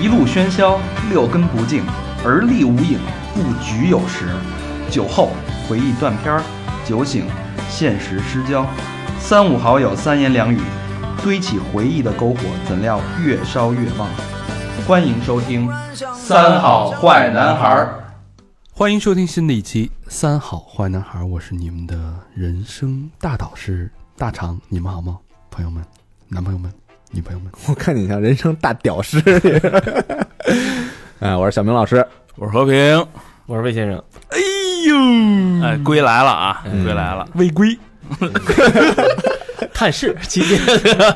一路喧嚣，六根不净，而立无影，不局有时。酒后回忆断片儿，酒醒现实失焦。三五好友三言两语，堆起回忆的篝火，怎料越烧越旺。欢迎收听《三好坏男孩》。欢迎收听新的一期《三好坏男孩》，我是你们的人生大导师大肠，你们好吗？朋友们、男朋友们、女朋友们， 我看你像人生大屌丝。 哎，我是小明老师。我是和平，我是魏先生，哎，归来了啊，嗯归来了，违规，探视期间，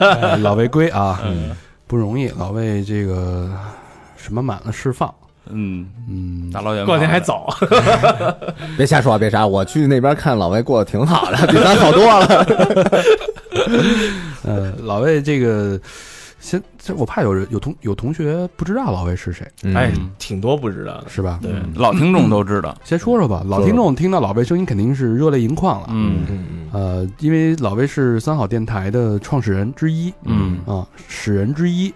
哎老违规啊，嗯不容易，老魏这个什么满了释放，嗯，嗯，大老远过年还早，别瞎说，别瞎，我去那边看老魏过得挺好的， 比咱好多了。呃，老魏这个先，这我怕有人有同有同学不知道老魏是谁，哎，嗯挺多不知道的。是吧？对，嗯老听众都知道，先说说吧，老听众听到老魏声音肯定是热泪盈眶了，嗯嗯，呃，因为老魏是三好电台的创始人之一，嗯啊，始人之一。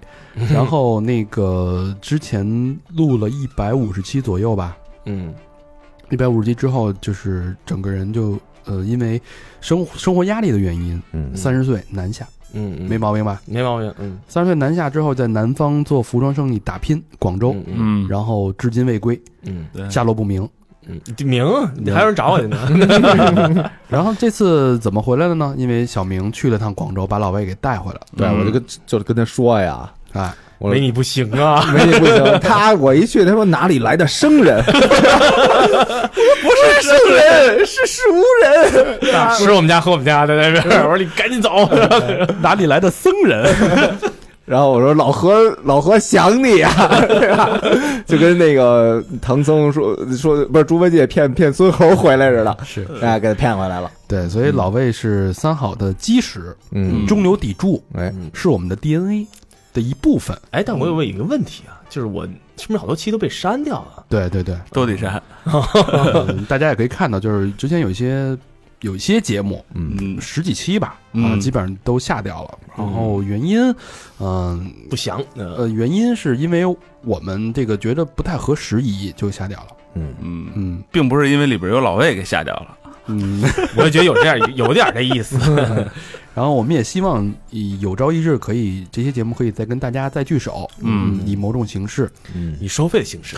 然后那个之前录了一百五十期左右吧，嗯一百五十期之后，就是整个人就呃，因为生生活压力的原因，嗯三十岁南下，嗯，没毛病吧？没毛病，嗯，三十岁南下之后，在南方做服装生意打拼，广州，嗯嗯，然后至今未归，嗯对下落不明。嗯，明，你还有人找我去呢。然后这次怎么回来的呢？因为小明去了趟广州，把老魏给带回来了。对，啊我就跟就跟他说呀，哎，我没你不行啊！ 没你不 行。他我一去，他说哪里来的生人？ 不是生 人，是熟人。吃我们家喝我们家的在那边， 我说你赶紧走。 哪里来的僧人？然后我说老何，老何想你啊， 对吧？就跟那个唐僧说说不是猪八戒骗骗孙猴回来似的，是哎，给他骗回来了。对，所以老魏是三好的基石，嗯，中流砥柱，哎，是我们的 DNA 的一部分。哎，但我有问一个问题啊，就是我是不是好多期都被删掉了？对对 对，都得删，嗯大家也可以看到，就是之前有一些有一些节目，嗯，嗯十几期吧，啊，嗯基本上都下掉了。然后原因，嗯不详，呃，原因是因为我们这个觉得不太合时宜，就下掉了。嗯，嗯并不是因为里边有老魏给吓掉了，嗯，我也觉得有这样有点这意思。 然后我们也希望以有朝一日可以这些节目可以再跟大家再聚首，嗯以某种形式以收费的形 式，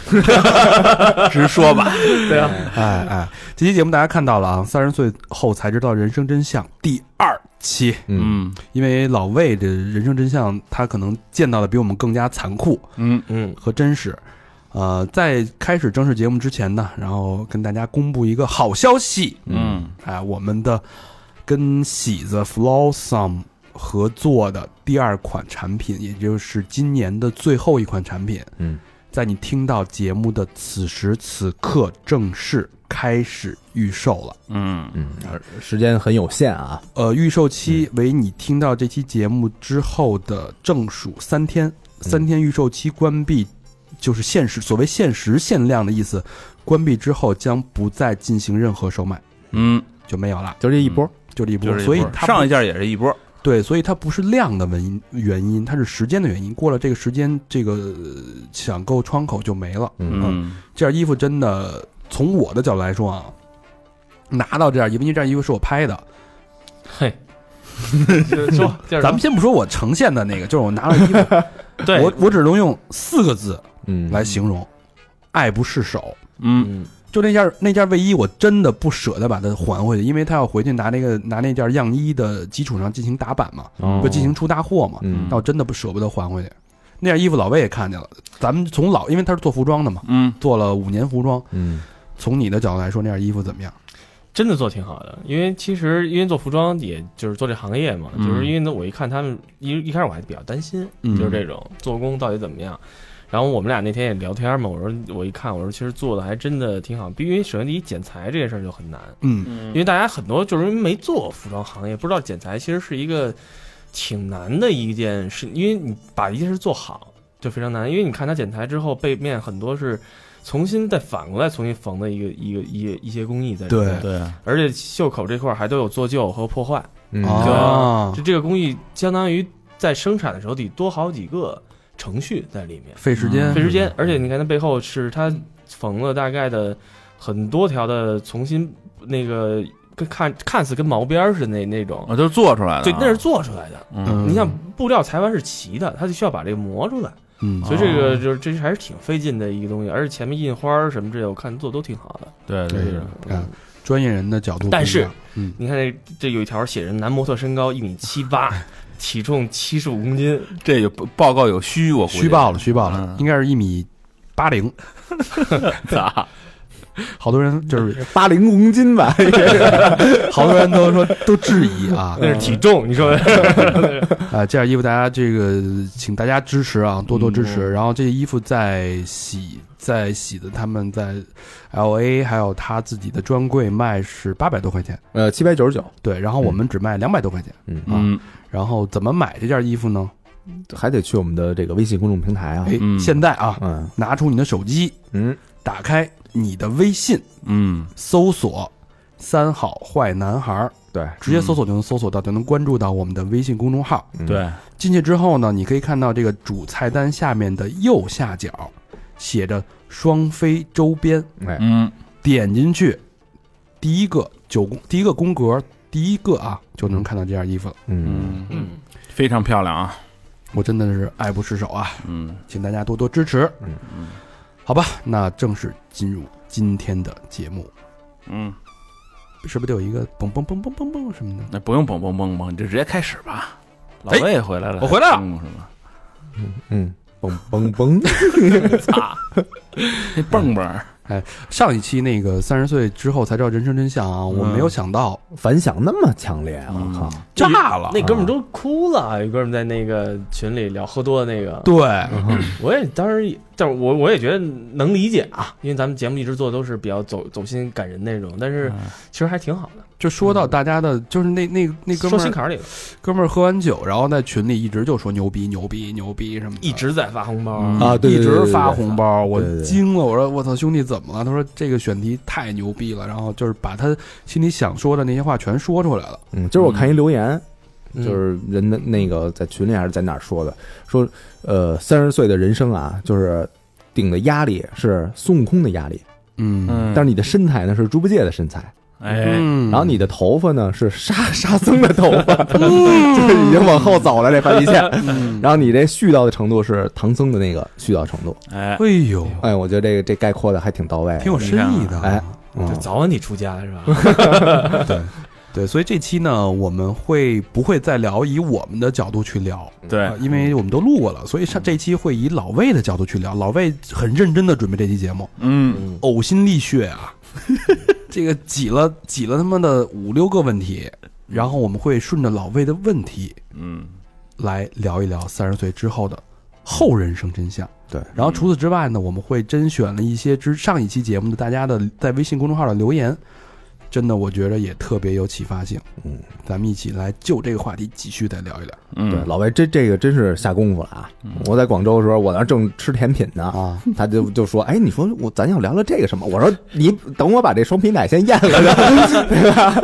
直说吧， 对啊，哎哎，这期节目大家看到了啊，三十岁后才知道人生真相第二期，嗯因为老魏的人生真相，他可能见到的比我们更加残酷嗯嗯，和真实。呃，在开始正式节目之前呢，然后跟大家公布一个好消息，嗯哎，我们的跟喜子 Flowsome 合作的第二款产品，也就是今年的最后一款产品，嗯，在你听到节目的此时此刻正式开始预售了。嗯嗯，时间很有限啊。呃，预售期嗯为你听到这期节目之后的正数三嗯天，三天预售期关闭，就是限时，所谓限时限量的意思。关闭之后将不再进行任何售卖，嗯，就没有了，就这一嗯波，就这一波。就是一所以波它不上一下也是一波，对，所以它不是量的原因原因，它是时间的原因。过了这个时间，这个呃抢购窗口就没了。嗯这件衣服真的，从我的角度来说啊，拿到这件衣服，因为这件衣服是我拍的，嘿， 说，咱们先不说我呈现的那个，就是我拿了衣服，对我我只能用四个字嗯来形容，爱不释手。嗯嗯就那件那件卫衣，我真的不舍得把它还回去，因为他要回去拿那个拿那件样衣的基础上进行打版嘛，哦不进行出大货嘛，嗯那我真的不舍不得还回去。那件衣服老魏也看见了，咱们从老，因为他是做服装的嘛，嗯做了五年服装，嗯从你的角度来说，那件衣服怎么样？真的做挺好的，因为其实因为做服装，也就是做这行业嘛，嗯就是因为呢，我一看他们一一开始我还比较担心，嗯就是这种做工到底怎么样。然后我们俩那天也聊天嘛，我说我一看，我说其实做的还真的挺好，因为首先第一剪裁这件事儿就很难，嗯嗯因为大家很多就是因为没做过服装行业，不知道剪裁其实是一个挺难的一件事，因为你把一件事做好就非常难，因为你看它剪裁之后背面很多是重新再反过来重新缝的一个一个一个一些工艺在里面对对，而且袖口这块儿还都有做旧和破坏，嗯啊就这个工艺相当于在生产的时候得多好几个。程序在里面，费时间嗯费时间。而且你看它背后是它缝了大概的很多条的重新那个跟看看似跟毛边儿似的那那种，我就是做出来的啊，对，那是做出来的。嗯嗯你像布料裁完是齐的，它就需要把这个磨出来，嗯所以这个就是这还是挺费劲的一个东西。而且前面印花儿什么之类的，我看做得都挺好的。对对对，啊专业人的角度不一样，但是嗯，你看这这有一条写着男模特身高一米七八，体重七十五公斤，这有报告有虚，我估计虚报了，虚报了，嗯应该是一米八零， 咋？ 好多人就是八零公斤吧，好多人都说 都质疑啊，那是体重，你说的啊，这件衣服大家这个请大家支持啊，多多支嗯持。然后这衣服在洗在洗的，他们在 L A 还有他自己的专柜卖是八百多块钱， 呃，七百九十九，对，然后我们只卖两百多块钱。嗯嗯然后怎么买这件衣服呢？还得去我们的这个微信公众平台啊，哎，嗯现在啊，嗯拿出你的手机，嗯，打开你的微信，嗯，搜索“三好坏男孩儿对”，直接搜索就能搜索到，就能关注到我们的微信公众号。嗯对，进去之后呢，你可以看到这个主菜单下面的右下角写着“双飞周边哎，嗯”，点进去，第一个九宫，第一个宫格，第一个啊，就能看到这件衣服了。嗯，嗯嗯，非常漂亮啊，我真的是爱不释手啊，嗯请大家多多支持。嗯嗯，好吧，那正式进入今天的节目，嗯，是不是得有一个嘣嘣嘣嘣嘣嘣什么的？那不用蹦蹦蹦蹦，你就直接开始吧。老哎魏也回来了，我回来了蹦是吗？嗯，嘣嘣嘣，那蹦蹦，上一期那个三十岁之后才知道人生真相啊，我没有想到反响那么强烈，我嗯靠，炸了。 那哥们儿都哭了，啊有哥们儿在那个群里聊喝多的那个，对，我也当时，但是我我也觉得能理解啊，因为咱们节目一直做都是比较走走心感人那种，但是其实还挺好的，就说到大家的，就是那那那哥嗯说们心儿坎儿里了，哥们儿喝完酒，然后在群里一直就说牛逼牛逼牛逼什么的，一直在发红包，嗯啊对对一对直对发对红包，我对对对惊了，我说我操兄弟怎么了？他说这个选题太牛逼了，然后就是把他心里想说的那些话全说出来了。嗯，就是我看一留言，嗯就是人的那个在群里还是在哪儿说的，说呃三十岁的人生啊，就是顶的压力是孙悟空的压力，嗯，但是你的身材呢是猪八戒的身材，哎，然后你的头发呢是沙沙僧的头 发， 就是已经往后走了这发际线，嗯，然后你这絮叨的程度是唐僧的那个絮叨程度，哎，哎呦，哎，我觉得这个这概括的还挺到位，挺有深意的。哎，嗯就早晚得出家是吧？对，所以这期呢，我们会不会再聊以我们的角度去聊？对啊，因为我们都录过了，所以嗯上这期会以老魏的角度去聊。老魏很认真的准备这期节目，嗯，嗯，呕心沥血啊，这个挤了挤了他妈的五六个问题，然后我们会顺着老魏的问题嗯，来聊一聊三十岁之后的后人生真相。对，然后除此之外呢，我们会甄选了一些之上一期节目的大家的在微信公众号的留言，真的我觉得也特别有启发性。嗯，咱们一起来就这个话题继续再聊一聊嗯，对，老魏这这个真是下功夫了啊！我在广州的时候，我那儿正吃甜品呢，嗯啊。他就就说：“哎，你说我咱要聊聊这个什么？”我说：“你等我把这双皮奶先 咽了，对吧？”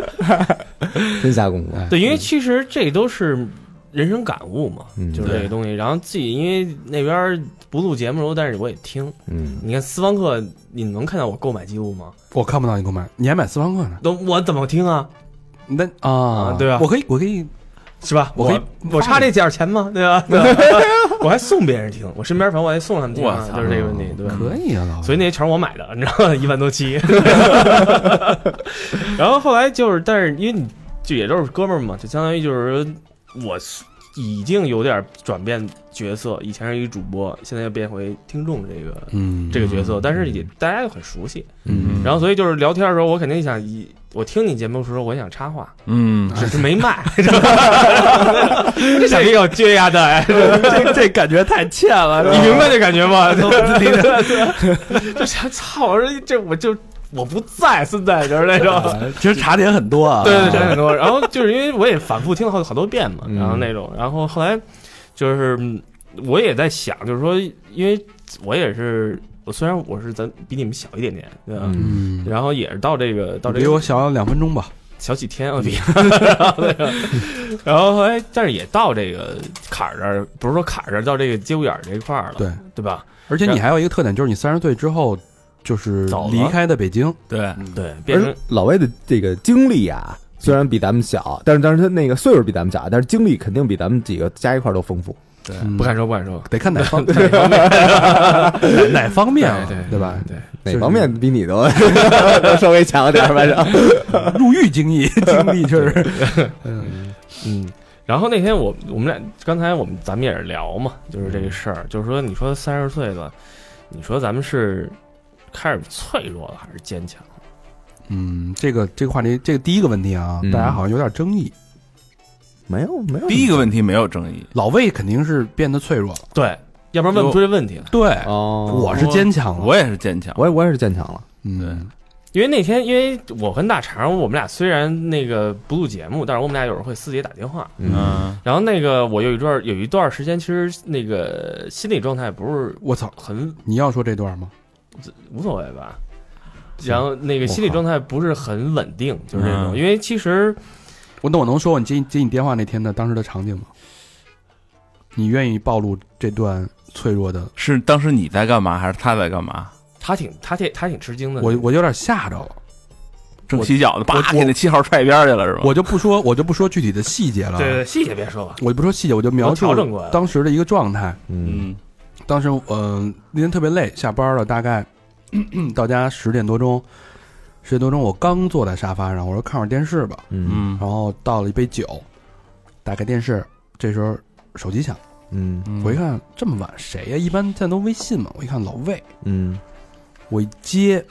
真下功夫，对，因为其实这都是人生感悟嘛，嗯就是这个东西。然后自己因为那边儿不录节目的时候，但是我也听。嗯，你看私房课，你能看到我购买记录吗？我看不到你给我买，你还买私房课呢？那我怎么听啊？那啊啊对啊我可以，我可以，是吧？我我可以我差这点儿钱吗？对吧？对吧我还送别人听，我身边朋友我还送他们听啊我，操就是这个问题，对吧？可以啊，老魏。所以那些全是我买的，你知道吗？一万多期。然后后来就是，但是因为你就也都是哥们儿嘛，就相当于就是我已经有点转变角色，以前是一个主播，现在又变回听众这个嗯，这个角色，但是也大家又很熟悉。嗯，然后所以就是聊天的时候，我肯定想以我听你节目的时候，我想插话，嗯，只是没 卖。这肯定有倔呀的，哎这这感觉太欠了你明白这感觉 吗？ 就想操，我说这我就我不在，现在就是那种。其实茶点很多啊， 对对，想很多。然后就是因为我也反复听了好好多遍嘛，嗯然后那种，然后后来就是嗯我也在想，就是说，因为我也是，我虽然我是咱比你们小一点点，对吧？嗯，嗯然后也是到这个到这比个我小两分钟吧，小几天，我比， 然后后来但是也到这个坎儿这儿，不是说坎儿这儿，到这个节骨眼儿这一块儿了，对，对吧？而且你还有一个特点，就是你三十岁之后，就是走了离开的北京，对，对，变而成且老魏的这个经历啊，虽然比咱们小，但是但是他那个岁数比咱们小，但是经历肯定比咱们几个加一块儿都丰富。嗯不敢说不敢说，得看哪 方哪方面 哪方面了，对对对吧？对，哪就是方面比你都 都稍微强点儿，反正入狱经 历经历确实，嗯，然后那天我我们俩刚才我们咱们也是聊嘛，就是这个事儿，就是说你说三十岁了，你说咱们是开始脆弱了还是坚强？嗯，这个这个话题，这个第一个问题啊，嗯大家好像有点争议。没有没有。第一个问题没有争议，老魏肯定是变得脆弱了，对，要不然问不出这问题了。对，哦，我是坚强了，我也是坚强，我也我也是坚强了，嗯，因为那天，因为我跟大肠，我们俩虽然那个不录节目，但是我们俩有时候会私底下打电话。嗯，然后那个我有一段有一段时间，其实那个心理状态不是我操，很你要说这段吗？无所谓吧。然后那个心理我靠状态不是很稳定，就是这种。嗯因为其实我那我能说我你接你接你电话那天的当时的场景吗？你愿意暴露这段脆弱的？是当时你在干嘛，还是他在干嘛？他挺他挺他挺吃惊的。我我有点吓着了，正洗脚呢，我叭给那七号踹一边去了是吧？我就不说我就不说具体的细节了，啊对对，细节别说吧。我就不说细节，我就描述我调整过来了当时的一个状态。嗯嗯当时呃那天特别累，下班了，大概 到家十点多钟，十点多钟我刚坐在沙发上，我说看会儿电视吧，嗯嗯然后倒了一杯酒，打开电视，这时候手机响，嗯嗯我一看这么晚谁呀、一般现在都微信嘛，我一看老魏，嗯我一接，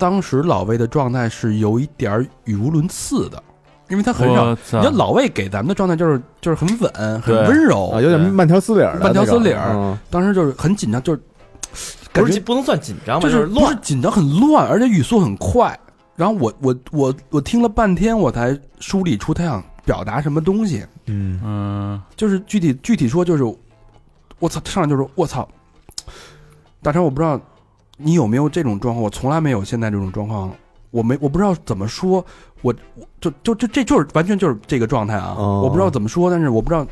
当时老魏的状态是有一点儿语无伦次的，因为他很少，我你操看老魏给咱们的状态就是就是很稳，很啊对温柔，啊，有点慢条斯理儿的那哦慢种，条斯理儿嗯当时就是很紧张，就是感不觉是紧不能算紧张吧，就是是不乱是紧张很乱，而且语速很快。然后我我我我听了半天，我才梳理出他想表达什么东西。嗯嗯就是具体具体说，就是我操，上来就是我操，大成，我不知道你有没有这种状况，我从来没有现在这种状况，我没我不知道怎么说，我我就就就这就是完全就是这个状态啊，哦我不知道怎么说，但是我不知道，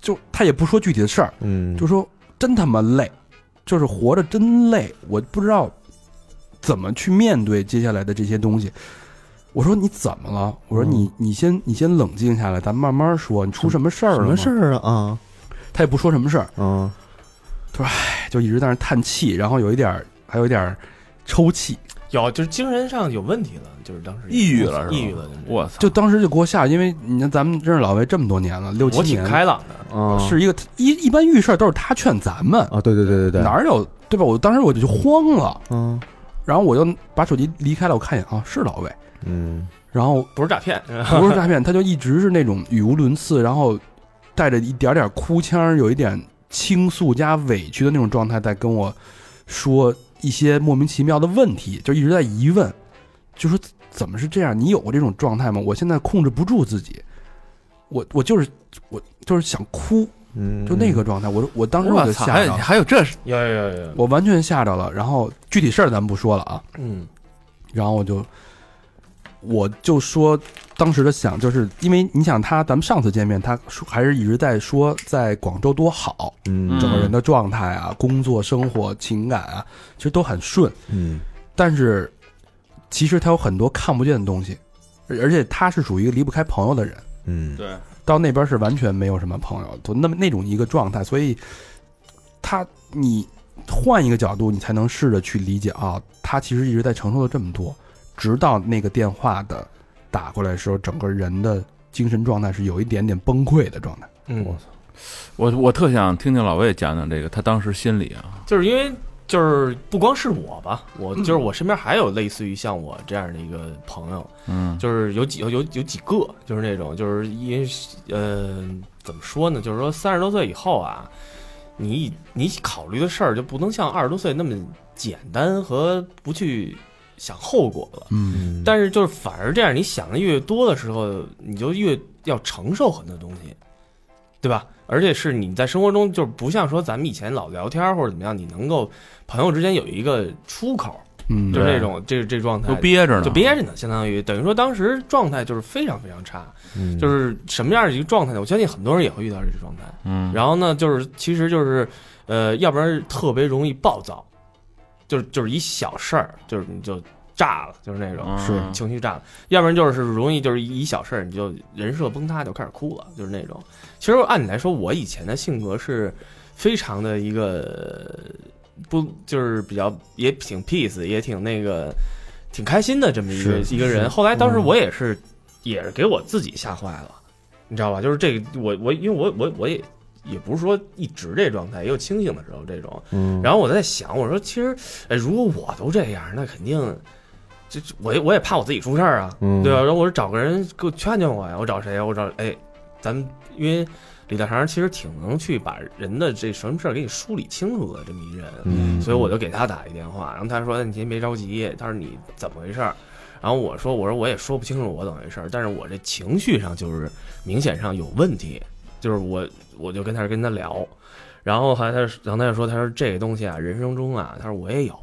就他也不说具体的事儿，嗯，就说真他妈累，就是活着真累，我不知道怎么去面对接下来的这些东西。我说你怎么了？我说嗯你、你先你先冷静下来，咱慢慢说。你出什么事儿了什吗？么事儿啊他也不说什么事儿，哎啊啊就一直在那儿叹气，然后有一点儿还有一点儿抽泣，有，就是精神上有问题了，就是当时抑郁了是吧抑郁了。我操，就当时就给我吓，因为你看咱们认识老魏这么多年了，六七我挺年，开朗嗯的，啊是一个一一般遇事儿都是他劝咱们，啊，对对对对对，哪儿有对吧？我当时我就慌了，嗯然后我就把手机离开了，我看一眼啊，是老魏，嗯然后不是诈骗， 不是诈骗，他就一直是那种语无伦次，然后带着一点点哭腔儿，有一点倾诉加委屈的那种状态，在跟我说一些莫名其妙的问题，就一直在疑问，就说怎么是这样？你有过这种状态吗？我现在控制不住自己，我我就是我就是想哭，嗯，就那个状态。我我当时我我就操，吓着哎还有了，还有这事，有有有有，我完全吓着了。然后具体事儿咱们不说了啊，嗯，然后我就我就说当时的想，就是因为你想他，咱们上次见面，他说还是一直在说在广州多好，嗯整个人的状态啊，工作、生活、情感啊，其实都很顺。嗯但是其实他有很多看不见的东西，而而且他是属于一个离不开朋友的人，嗯对，到那边是完全没有什么朋友，就那么那种一个状态，所以他你换一个角度，你才能试着去理解啊，他其实一直在承受了这么多，直到那个电话的打过来的时候，整个人的精神状态是有一点点崩溃的状态。嗯，我我我特想听听老魏讲讲这个他当时心里啊，就是因为就是不光是我吧，我就是我身边还有类似于像我这样的一个朋友，嗯就是有几有有有几个，就是那种就是因为呃怎么说呢，就是说三十多岁以后啊，你你考虑的事儿就不能像二十多岁那么简单和不去想后果了。嗯，但是就是反而这样，你想的越多的时候，你就越要承受很多东西，对吧？而且是你在生活中，就是不像说咱们以前老聊天或者怎么样，你能够朋友之间有一个出口，嗯就对这种这这状态都憋着呢，嗯就憋着呢，相当于等于说当时状态就是非常非常差，嗯就是什么样的一个状态呢？我相信很多人也会遇到这个状态。嗯，然后呢，就是其实就是，呃，要不然特别容易暴躁，就是就是一小事儿，就是你就炸了，就是那种、嗯是情绪炸了；要不然就是容易就是一小事儿你就人设崩塌，就开始哭了，就是那种。其实按理来说，我以前的性格是非常的一个不就是比较也挺 peace，也挺那个挺开心的这么一个是一个人。后来当时嗯我也是、也是给我自己吓坏了，你知道吧？就是这个我我因为我我我也也不是说一直这状态，也有清醒的时候这种。嗯然后我在想，我说其实，哎，如果我都这样，那肯定，这这我也我也怕我自己出事儿啊，嗯对吧？然后我说找个人给我劝劝我呀，我找谁呀？我找哎，咱们因为李大肠其实挺能去把人的这什么事儿给你梳理清楚的这么一人，嗯所以我就给他打一电话，然后他说哎你先别着急，他说你怎么回事儿？然后我说我说我也说不清楚我怎么回事儿，但是我这情绪上就是明显上有问题，就是我我就跟他跟他聊，然后还他然后他就说他说这个东西啊人生中啊他说我也有，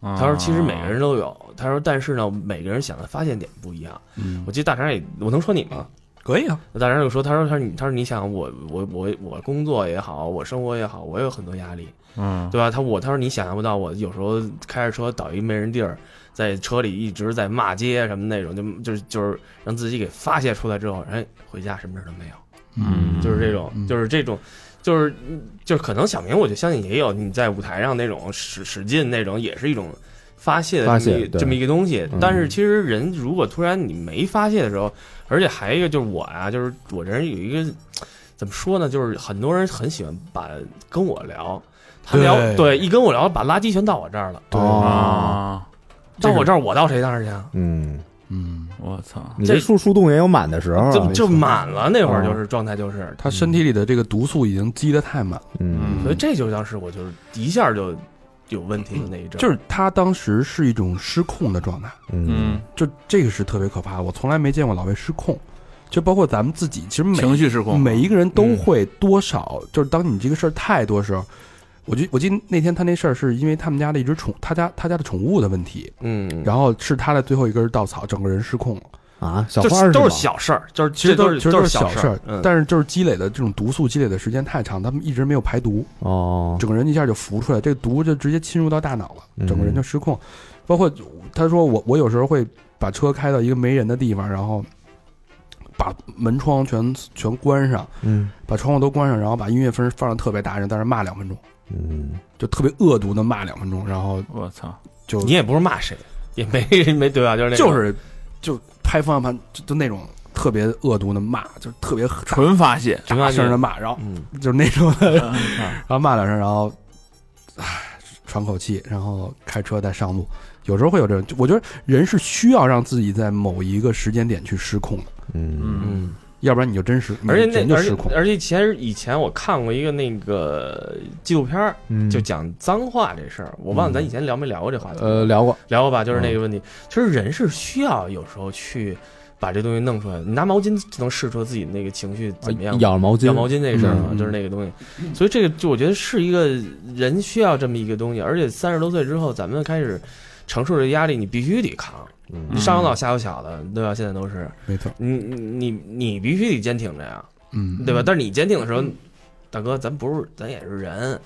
他他说其实每个人都有，他说但是呢每个人想的发现点不一样。嗯我，记得大肠也我能说你吗？可以啊，大然就说：“他说，他说你，他说你想我，我，我，我工作也好，我生活也好，我有很多压力，嗯对吧？他我，他说你想象不到，我有时候开着车到一没人地儿，在车里一直在骂街什么那种，就就是就是让自己给发泄出来之后，哎，回家什么事儿都没有，嗯就是这种，嗯就是这种，就是就是可能小明，我就相信也有你在舞台上那种使使劲那种，也是一种发泄的发这么泄一对这么一个东西嗯。但是其实人如果突然你没发泄的时候，而且还有一个就是我啊，就是我这人有一个怎么说呢，就是很多人很喜欢把跟我聊。他聊对对，一跟我聊，把垃圾全到我这儿了，哦，啊，到我这儿，我到谁那儿去啊？嗯，嗯，我操，你这这树树洞也有满的时候啊，就就满了，那会儿哦就是状态就是，他身体里的这个毒素已经积得太满了，嗯，所以这就当时我就是一下就有问题的那一阵儿，就是他当时是一种失控的状态，嗯嗯，就这个是特别可怕的，我从来没见过老魏失控，就包括咱们自己，其实每嗯情绪失控，每一个人都会多少，就是当你这个事儿太多时候，我记我记得那天他那事儿是因为他们家的一只宠，他家他家的宠物的问题，嗯，嗯然后是他的最后一根稻草，整个人失控了。啊，小就花是都吗是小事儿，就是其实这都是其实都都是小小事儿儿，，嗯，但是就是积累的这种毒素积累的时间太长，他们一直没有排毒，哦，整个人一下就浮出来，这个毒就直接侵入到大脑了，整个人就失控。包括他说我我有时候会把车开到一个没人的地方，然后把门窗全全关上，嗯把窗户都关上，然后把音乐分放的特别大声，在那骂两分钟，嗯，就特别恶毒的骂两分钟，然后我操，就你也不是骂谁，也 没没对吧？就是那种就是就拍方向盘就就那种特别恶毒的骂，就特别大纯发泄，纯发泄声的骂，然后嗯，就是那种的， 嗯然后骂两声，然后唉喘口气，然后开车再上路。有时候会有这种，我觉得人是需要让自己在某一个时间点去失控的，嗯嗯嗯，要不然你就真失，而且你嗯人那就而失且控。而且其实以前我看过一个那个纪录片儿，嗯，就讲脏话这事儿，我忘了咱以前聊没聊过这话嗯题，呃聊过，聊过吧？就是那个问题，其实人是需要有时候去把这东西弄出来的，你拿毛巾就能试出自己那个情绪怎么样。咬着毛巾，咬毛巾那个事儿嘛，嗯就是那个东西，所以这个就我觉得是一个人需要这么一个东西，而且三十多岁之后，咱们开始承受这压力，你必须得扛，嗯你上有老下有小的，对吧？现在都是没错，你你你你必须得坚挺着呀，嗯，对吧？但是你坚挺的时候，大哥，咱不是咱也是人，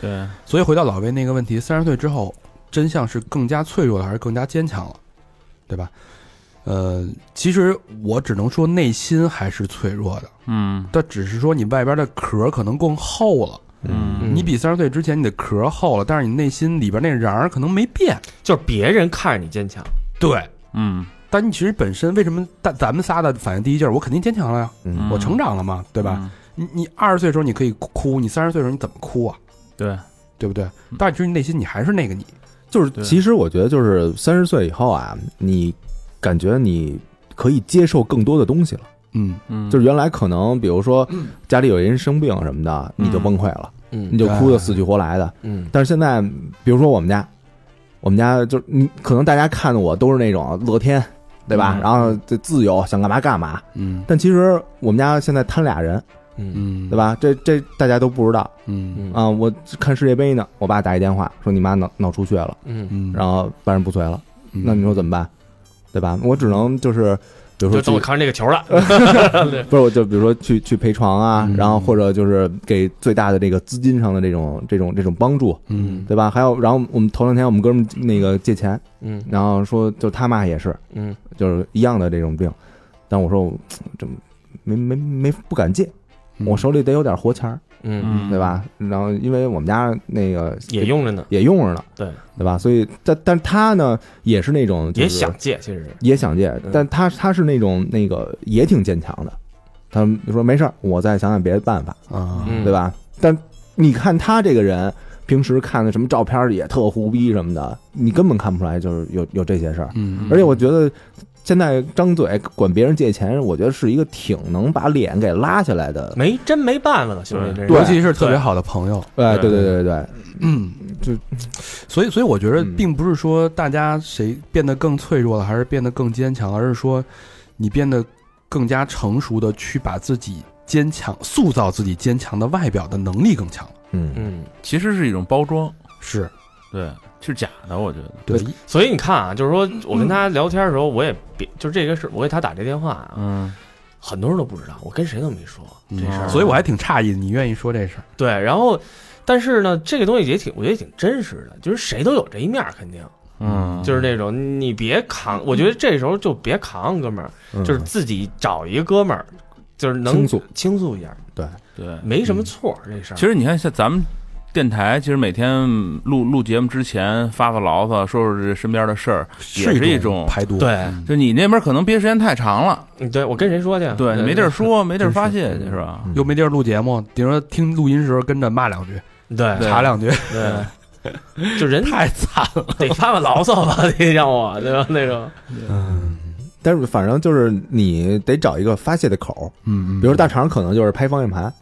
对，所以回到老魏那个问题，三十岁之后，真相是更加脆弱了，还是更加坚强了，对吧？呃，其实我只能说内心还是脆弱的，嗯但只是说你外边的壳可能更厚了。嗯嗯你比三十岁之前你的壳厚了，但是你内心里边那瓤儿可能没变。就是别人看着你坚强，对，嗯，但你其实本身为什么但咱们仨的反应第一劲儿，我肯定坚强了呀，嗯我成长了嘛，对嗯吧？？你你二十岁的时候你可以哭，你三十岁的时候你怎么哭啊？对，对不对？但是其实内心你还是那个你，就是对其实我觉得就是三十岁以后啊，你感觉你可以接受更多的东西了。嗯，嗯，就是原来可能比如说家里有人生病什么的，你就崩溃了，嗯你就哭得死去活来的。嗯但是现在，比如说我们家，我们家就是你可能大家看我都是那种乐天，对吧？嗯然后就自由，想干嘛干嘛。嗯但其实我们家现在摊俩人，嗯嗯，对？吧？这这大家都不知道嗯嗯啊、我看世界杯呢，我爸打一电话说你妈脑脑出血了，嗯，嗯，然后半身不遂了，嗯那你说怎么办？对吧？我只能就是，比如就说等我去，扛着这个球了。不是我就比如说去去陪床啊，嗯然后或者就是给最大的这个资金上的这种这种这种帮助，嗯对吧？还有，然后我们头两天我们哥们儿那个借钱，嗯然后说就他妈也是，嗯就是一样的这种病，但我说我这没没没不敢借，嗯我手里得有点活钱儿，嗯，嗯，对？吧？然后因为我们家那个也用着呢，也用着呢，对对吧？所以但但是他呢也是那种、就是、也想嗯借，其实也想借，但他他是那种那个也挺坚强的，他说没事儿，我再想想别的办法，啊，嗯对吧？但你看他这个人，平时看的什么照片儿也特胡逼什么的，你根本看不出来就是有有这些事儿。嗯而且我觉得现在张嘴管别人借钱，我觉得是一个挺能把脸给拉下来的。没真没办法了，兄弟，这尤是其是特别好的朋友，哎，对对对对对对，嗯，就所以，所以我觉得嗯并不是说大家谁变得更脆弱了，还是变得更坚强，而是说你变得更加成熟的去把自己坚强、塑造自己坚强的外表的能力更强了。嗯，嗯，其实是一种包装，是对，是假的，我觉得。对，所以你看啊，就是说我跟他聊天的时候，我也别就是这个事，我给他打这电话啊，嗯，很多人都不知道，我跟谁都没说嗯这事儿，所以我还挺诧异你愿意说这事儿。对，然后。但是呢，这个东西也挺，我觉得也挺真实的，就是谁都有这一面儿，肯定嗯，就是那种你别扛，我觉得这时候就别扛，哥们儿，嗯就是自己找一个哥们儿，就是能倾诉倾诉一下，对。没什么错儿，这事儿。其实你看，像咱们电台，其实每天录录节目之前发发牢骚，说说这身边的事儿，也是一种排毒，对嗯就你那边可能憋时间太长了，嗯对我跟谁说去？对，没地儿说，没地啊儿真是发泄去，是吧？又没地儿录节目，比如说听录音时候跟着骂两句、对对查两句，对， 就人太惨了。得发发牢骚吧，得让我对吧？那种，但是反正就是你得找一个发泄的口，嗯，比如大肠可能就是拍方向盘，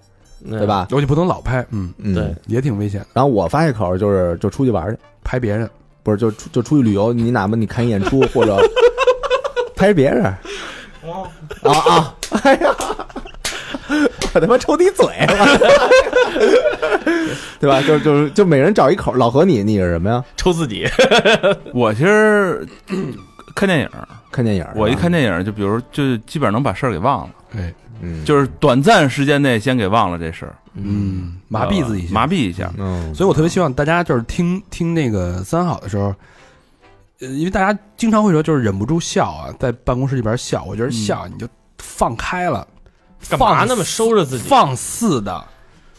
对对？吧？我就不能老拍，嗯，嗯，对。也挺危险，然后我发泄口就是就出去玩去，拍别人。不是就出就出去旅游，你哪怕你看一演 出或者拍别人，啊啊， 哎呀，我他妈抽你嘴了， 对吧？就就是就每人找一口。老何你，你是什么呀？抽自己，我 其实看电影，看电影儿？我一看这，电影就比如就基本上能把事儿给忘了，哎，嗯，就是短暂时间内先给忘了这事儿，嗯，麻痹自己一呃下，麻痹一下。嗯，所以我特别希望大家就是听听那个三好的时候，呃，因为大家经常会说就是忍不住笑啊，在办公室里边笑，我觉得笑你就放开了，嗯干嘛放那么收着自己？放肆的，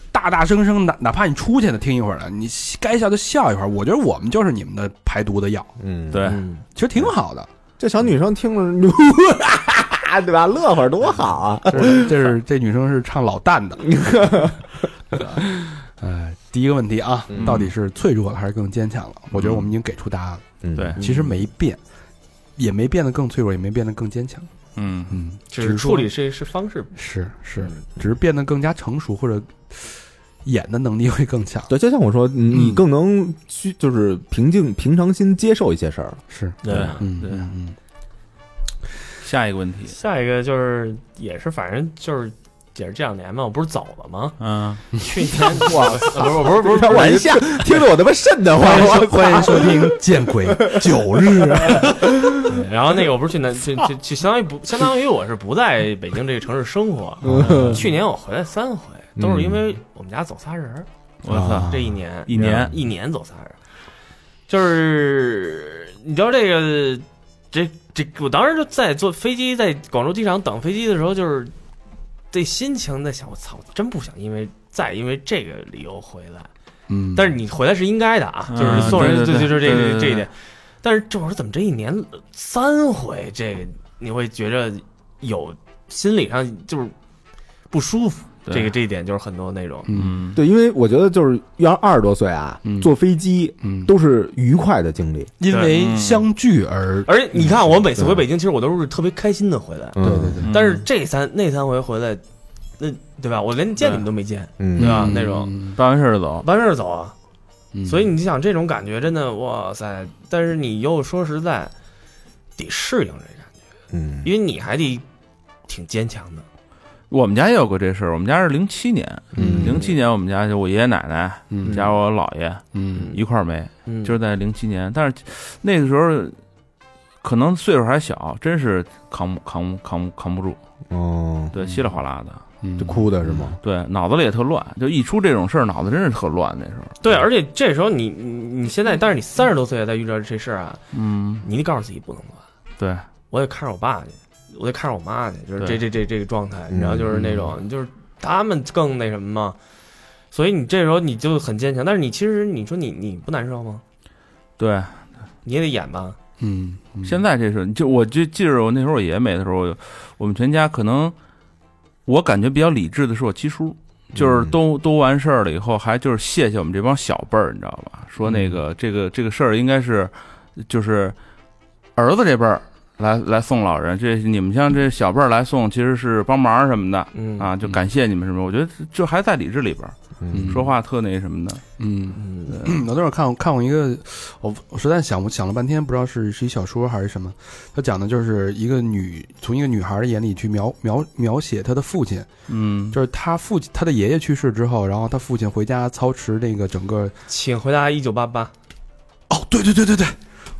大大声声的，哪怕你出去呢，听一会儿的，你该笑就笑一会儿。我觉得我们就是你们的排毒的药，嗯，对，嗯其实挺好的。这小女生听着，牛， 对吧？乐会儿多好啊！ 这是这是这女生是唱老旦的。 哎，第一个问题啊，嗯到底是脆弱了还是更坚强了？我觉得我们已经给出答案了。嗯对其实没变，也没变得更脆弱，也没变得更坚强。嗯，嗯，只是是说处理这是方式，是是，只是变得更加成熟，或者演的能力会更强。对，就像我说，你嗯你更能去就是平静、平常心接受一些 事儿了。是，对嗯对嗯嗯，下一个问题，下一个就是也是反正就是也是这两年嘛，我不是走了吗？嗯，啊去年我不是我不是不是开玩笑，听得我他妈瘆得慌。欢迎我收欢迎收听《见鬼九日》啊对然后那个我不是去南去去去，相当于不相当于我是不在北京这个城市生活。去年我回来三回，都是因为我们家走仨人儿，我操，啊这一年啊一年一年走仨人儿，就是你知道这个这这，我当时就在坐飞机在广州机场等飞机的时候，就是这心情在想，我操，我真不想因为再因为这个理由回来。嗯，但是你回来是应该的啊，嗯就是送人，对对对就是这对对个对这一点。但是这会儿怎么这一年呃三回，这个你会觉着有心理上就是不舒服，对这个这一点就是很多那种，嗯嗯，对，因为我觉得就是要二十多岁啊，嗯坐飞机嗯，都是愉快的经历。因为相聚而而且你看，我每次回对北京，其实我都是特别开心的回来，对对对，嗯但是这三那三回回来，那对吧？我连见你们都没见，嗯对啊吧嗯那种，办完事儿就走，完事儿走啊。嗯所以你想这种感觉，真的哇塞！但是你又说实在，得适应这个，嗯因为你还得挺坚强的。我们家也有过这事儿，我们家是零七年，嗯零七年我们家就我爷爷奶奶嗯加我姥爷嗯一块儿没，嗯，就是在零七年，但是那个时候可能岁数还小，真是扛不扛不扛不扛不住，哦，对，稀里哗啦的，嗯，就哭的是吗？对，脑子里也特乱，就一出这种事儿，脑子真是特乱。那时候，对，而且这时候你你你现在，但是你三十多岁再遇到这事儿啊，嗯，你得告诉自己不能乱。对，我得看着我爸去，我得看着我妈去，就是这对这这这个状态，嗯你知道，就是那种、就是他们更那什么嘛，所以你这时候你就很坚强，但是你其实你说你你不难受吗？对，你也得演吧，嗯，嗯现在这事，就我就记着我那时候我爷爷没的时候，我我们全家可能，我感觉比较理智的是我七叔，就是嗯都都完事儿了以后，还就是谢谢我们这帮小辈儿，你知道吧？说那个这个这个事儿应该是，就是儿子这辈儿来来送老人，这你们像这小辈儿来送，其实是帮忙什么的嗯啊，，就感谢你们什么。我觉得就还在理智里边儿，嗯说话特那什么的。嗯， 嗯我那会儿看看过一个，我我实在想不想了半天，不知道是是一小说还是什么。他讲的就是一个女从一个女孩的眼里去描描描写她的父亲，嗯，就是她父亲她的爷爷去世之后，然后她父亲回家操持那个整个。请回答一九八八，哦，对对对对对，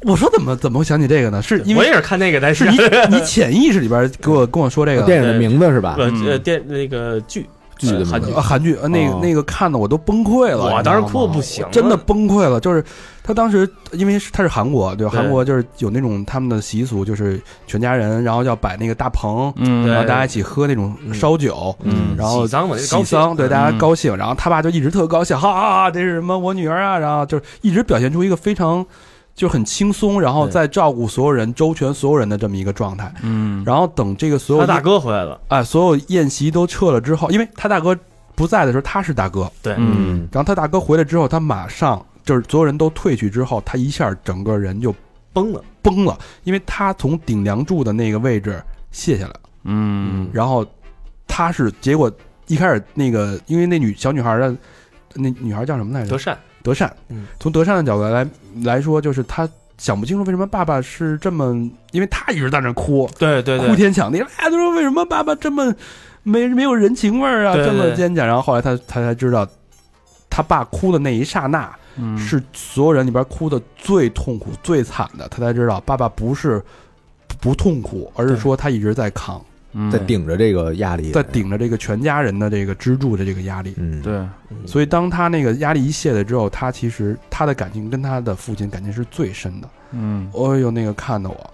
我说怎么怎么会想起这个呢？是因我为也是看那个才是你你潜意识里边给我跟我说这啊个的电影的名字是吧？呃嗯呃电那个剧剧的名字韩剧啊，韩剧，呃那个哦那个看的我都崩溃了，我当时哭得不行了你知道吗真的崩溃了。就是他当时，因为是他是韩国，对吧？对韩国就是有那种他们的习俗，就是全家人，然后要摆那个大棚，嗯，对然后大家一起喝那种烧酒，嗯然后喜丧嘛，那个喜高兴嗯丧，对大家高兴。然后他爸就一直特高兴，哈哈哈，这是什么？我女儿啊，然后就是一直表现出一个非常就很轻松，然后对在照顾所有人、周全所有人的这么一个状态。嗯，然后等这个所有他的大哥回来了，哎，所有宴席都撤了之后，因为他大哥不在的时候，他是大哥。对，嗯然后他大哥回来之后，他马上就是所有人都退去之后，他一下整个人就崩了，崩了，因为他从顶梁柱的那个位置卸下来了。嗯然后他是结果一开始那个，因为那女小女孩的那女孩叫什么来着德？善，德善嗯。从德善的角度来来说，就是他想不清楚为什么爸爸是这么，因为他一直在那哭，对对哭对，天抢地，哎，他说为什么爸爸这么没没有人情味儿啊，对对这么对坚强？然后后来他他才知道，他爸哭的那一刹那、嗯是所有人里边哭的最痛苦、最惨的，他才知道爸爸不是不痛苦，而是说他一直在扛，嗯在顶着这个压力，在顶着这个全家人的这个支柱的这个压力。嗯，对，嗯所以，当他那个压力一卸了之后，他其实他的感情跟他的父亲感情是最深的。嗯哎呦，那个看的我，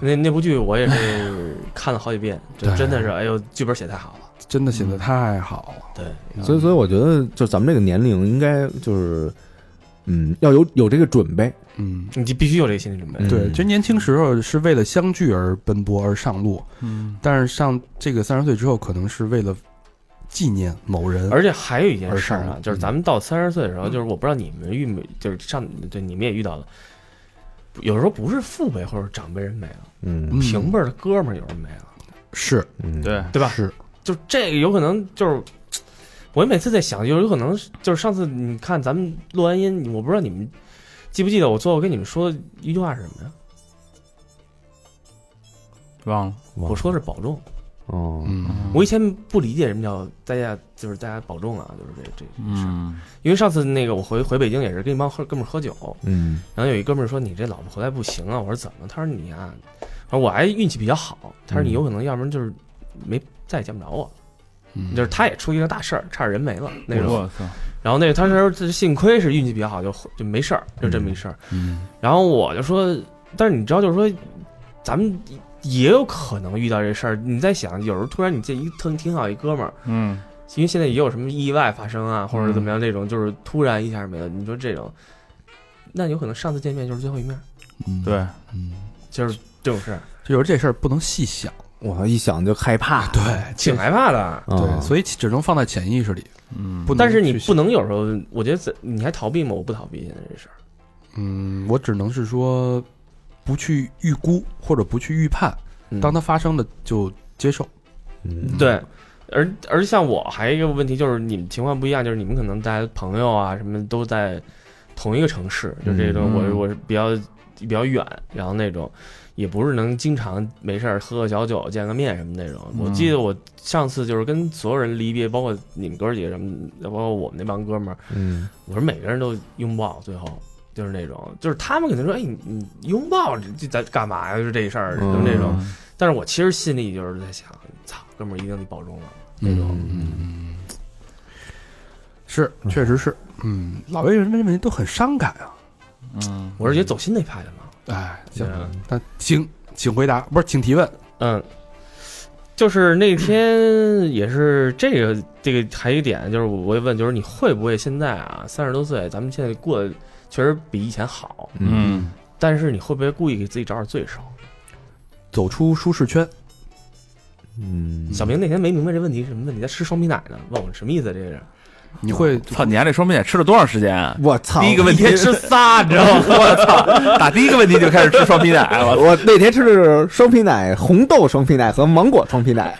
那那部剧我也 是看了好几遍，就对真的是，哎呦，剧本写太好了，真的写的太好了。对，所以，所以我觉得，就咱们这个年龄，应该就是，嗯，要有有这个准备。嗯，你就必须有这个心理准备。嗯对，其实年轻时候是为了相聚而奔波而上路，嗯但是上这个三十岁之后，可能是为了纪念某人。而且还有一件事儿而上啊了，就是咱们到三十岁的时候，嗯就是我不知道你们遇没，就是上对你们也遇到了，有时候不是父辈或者长辈人没了，嗯嗯平辈儿的哥们儿有人没了，是嗯，对，对吧？是，就这个有可能就是，我每次在想，就是有可能是就是上次你看咱们录完音，我不知道你们记不记得我最后跟你们说的一句话是什么呀？忘了，我我说是保重。哦，嗯我以前不理解什么叫大家就是大家保重啊，就是这这这事儿。嗯因为上次那个我回回北京也是跟一帮喝哥们儿喝酒，嗯然后有一哥们儿说你这老婆回来不行啊，我说怎么了？他说你啊，我说我还运气比较好，他说你有可能要不然就是没再也见不着我，嗯就是他也出一个大事儿，差点人没了那种。我操，然后那个他说这幸亏是运气比较好，就就没事儿，就这么一事儿。嗯然后我就说，但是你知道，就是说，咱们也有可能遇到这事儿。你在想，有时候突然你见一特挺好一哥们儿。嗯因为现在也有什么意外发生啊，或者怎么样，这种、就是突然一下没了。你说这种，那有可能上次见面就是最后一面，嗯，对，嗯，就是这种事儿，就有这事儿不能细想，我一想就害怕。哦对，挺害怕的。对对，以所以只能放在潜意识里，嗯不能哦但是你去不能有时候，我觉得怎你还逃避吗？我不逃避现在这事儿。嗯，我只能是说不去预估或者不去预判，嗯当它发生的就接受。嗯对，而而像我还有一个问题就是，你们情况不一样，就是你们可能大家朋友啊什么都在同一个城市，就这种嗯我我是比较比较远，然后那种也不是能经常没事儿喝个小酒、见个面什么那种。我记得嗯我上次就是跟所有人离别，包括你们哥几个什么，包括我们那帮哥们儿，嗯，我说每个人都拥抱，最后就是那种，就是他们可能说，哎，你你拥抱这这咱干嘛呀？就是这事儿，就嗯是那种。但是我其实心里就是在想，操，哥们儿一定得保重了。那种嗯，是，确实是，嗯，老外人问问题都很伤感啊。嗯，我是觉得走心那派的嘛，哎，对行，啊那请请回答，不是请提问。嗯，就是那天也是这个这个还有一点，就是我也问，就是你会不会现在啊三十多岁，咱们现在过得确实比以前好，嗯但是你会不会故意给自己找点罪受？走出舒适圈，嗯，小明那天没明白这问题是什么问题，他吃双皮奶呢，问我什么意思？这是你会操，你家这双面也吃了多长时间啊？ 我操！第一个问题一天吃仨，你知道吗？我操，打第一个问题就开始吃双皮奶了，我 我那天吃的是双皮奶，红豆双皮奶和芒果双皮奶。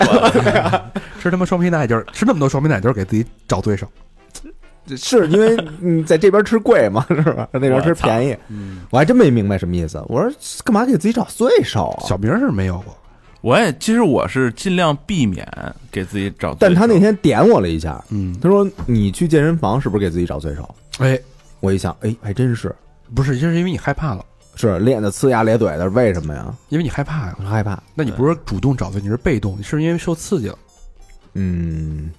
吃他妈双皮奶，就是吃那么多双皮奶，就是给自己找对手。是因为你在这边吃贵嘛，是吧？那边吃便宜，我还真没明白什么意思。我说干嘛给自己找罪受啊？小明是没有过， 我也其实我是尽量避免给自己找罪受，但他那天点我了一下，嗯，他说你去健身房是不是给自己找罪受？哎，我一想，哎，还真是，不是，就是因为你害怕了，是练的呲牙咧嘴的，为什么呀？因为你害怕呀啊我。害怕，那你不是主动找罪，你是被动，你是因为受刺激了，嗯，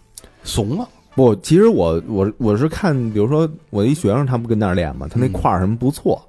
怂了。不，其实我我我是看，比如说我一学生，他不跟那儿练嘛，他那嗯块儿什么不错，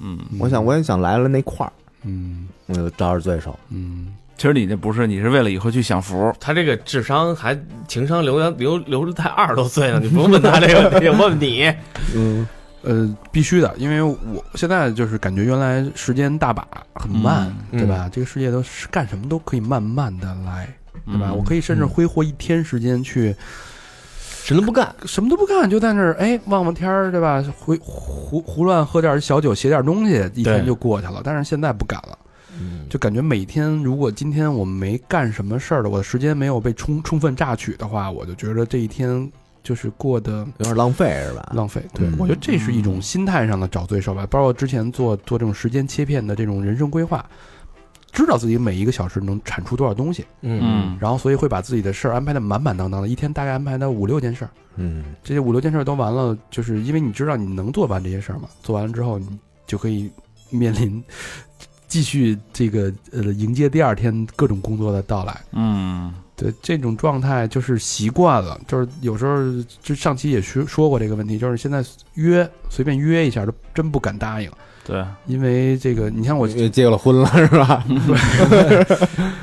嗯，嗯我想，我也想来了那块儿，嗯我就找点罪受。嗯，其实你那不是，你是为了以后去享福。他这个智商还情商留留留在二十多岁呢，你不用问他这个问题，问 你。嗯呃，必须的，因为我现在就是感觉原来时间大把，很慢，嗯对吧？这个世界都是干什么都可以慢慢的来，对吧？嗯我可以甚至挥霍一天时间去什么都不干，什么都不干，就在那儿哎望望天儿，对吧？胡胡胡乱喝点小酒，写点东西，一天对就过去了。但是现在不敢了。嗯就感觉每天，如果今天我没干什么事儿的，我的时间没有被充充分榨取的话，我就觉得这一天就是过得有点浪费是吧？浪费。对、嗯我觉得这是一种心态上的找罪受吧，包括之前做做这种时间切片的这种人生规划，知道自己每一个小时能产出多少东西，嗯，然后所以会把自己的事儿安排的满满当当的，一天大概安排到五六件事儿。嗯这些五六件事儿都完了，就是因为你知道你能做完这些事儿嘛，做完了之后你就可以面临继续这个呃迎接第二天各种工作的到来。嗯对这种状态就是习惯了，就是有时候就上期也说说过这个问题，就是现在约随便约一下都真不敢答应，，对，因为这个你像我，也结了婚了是吧？嗯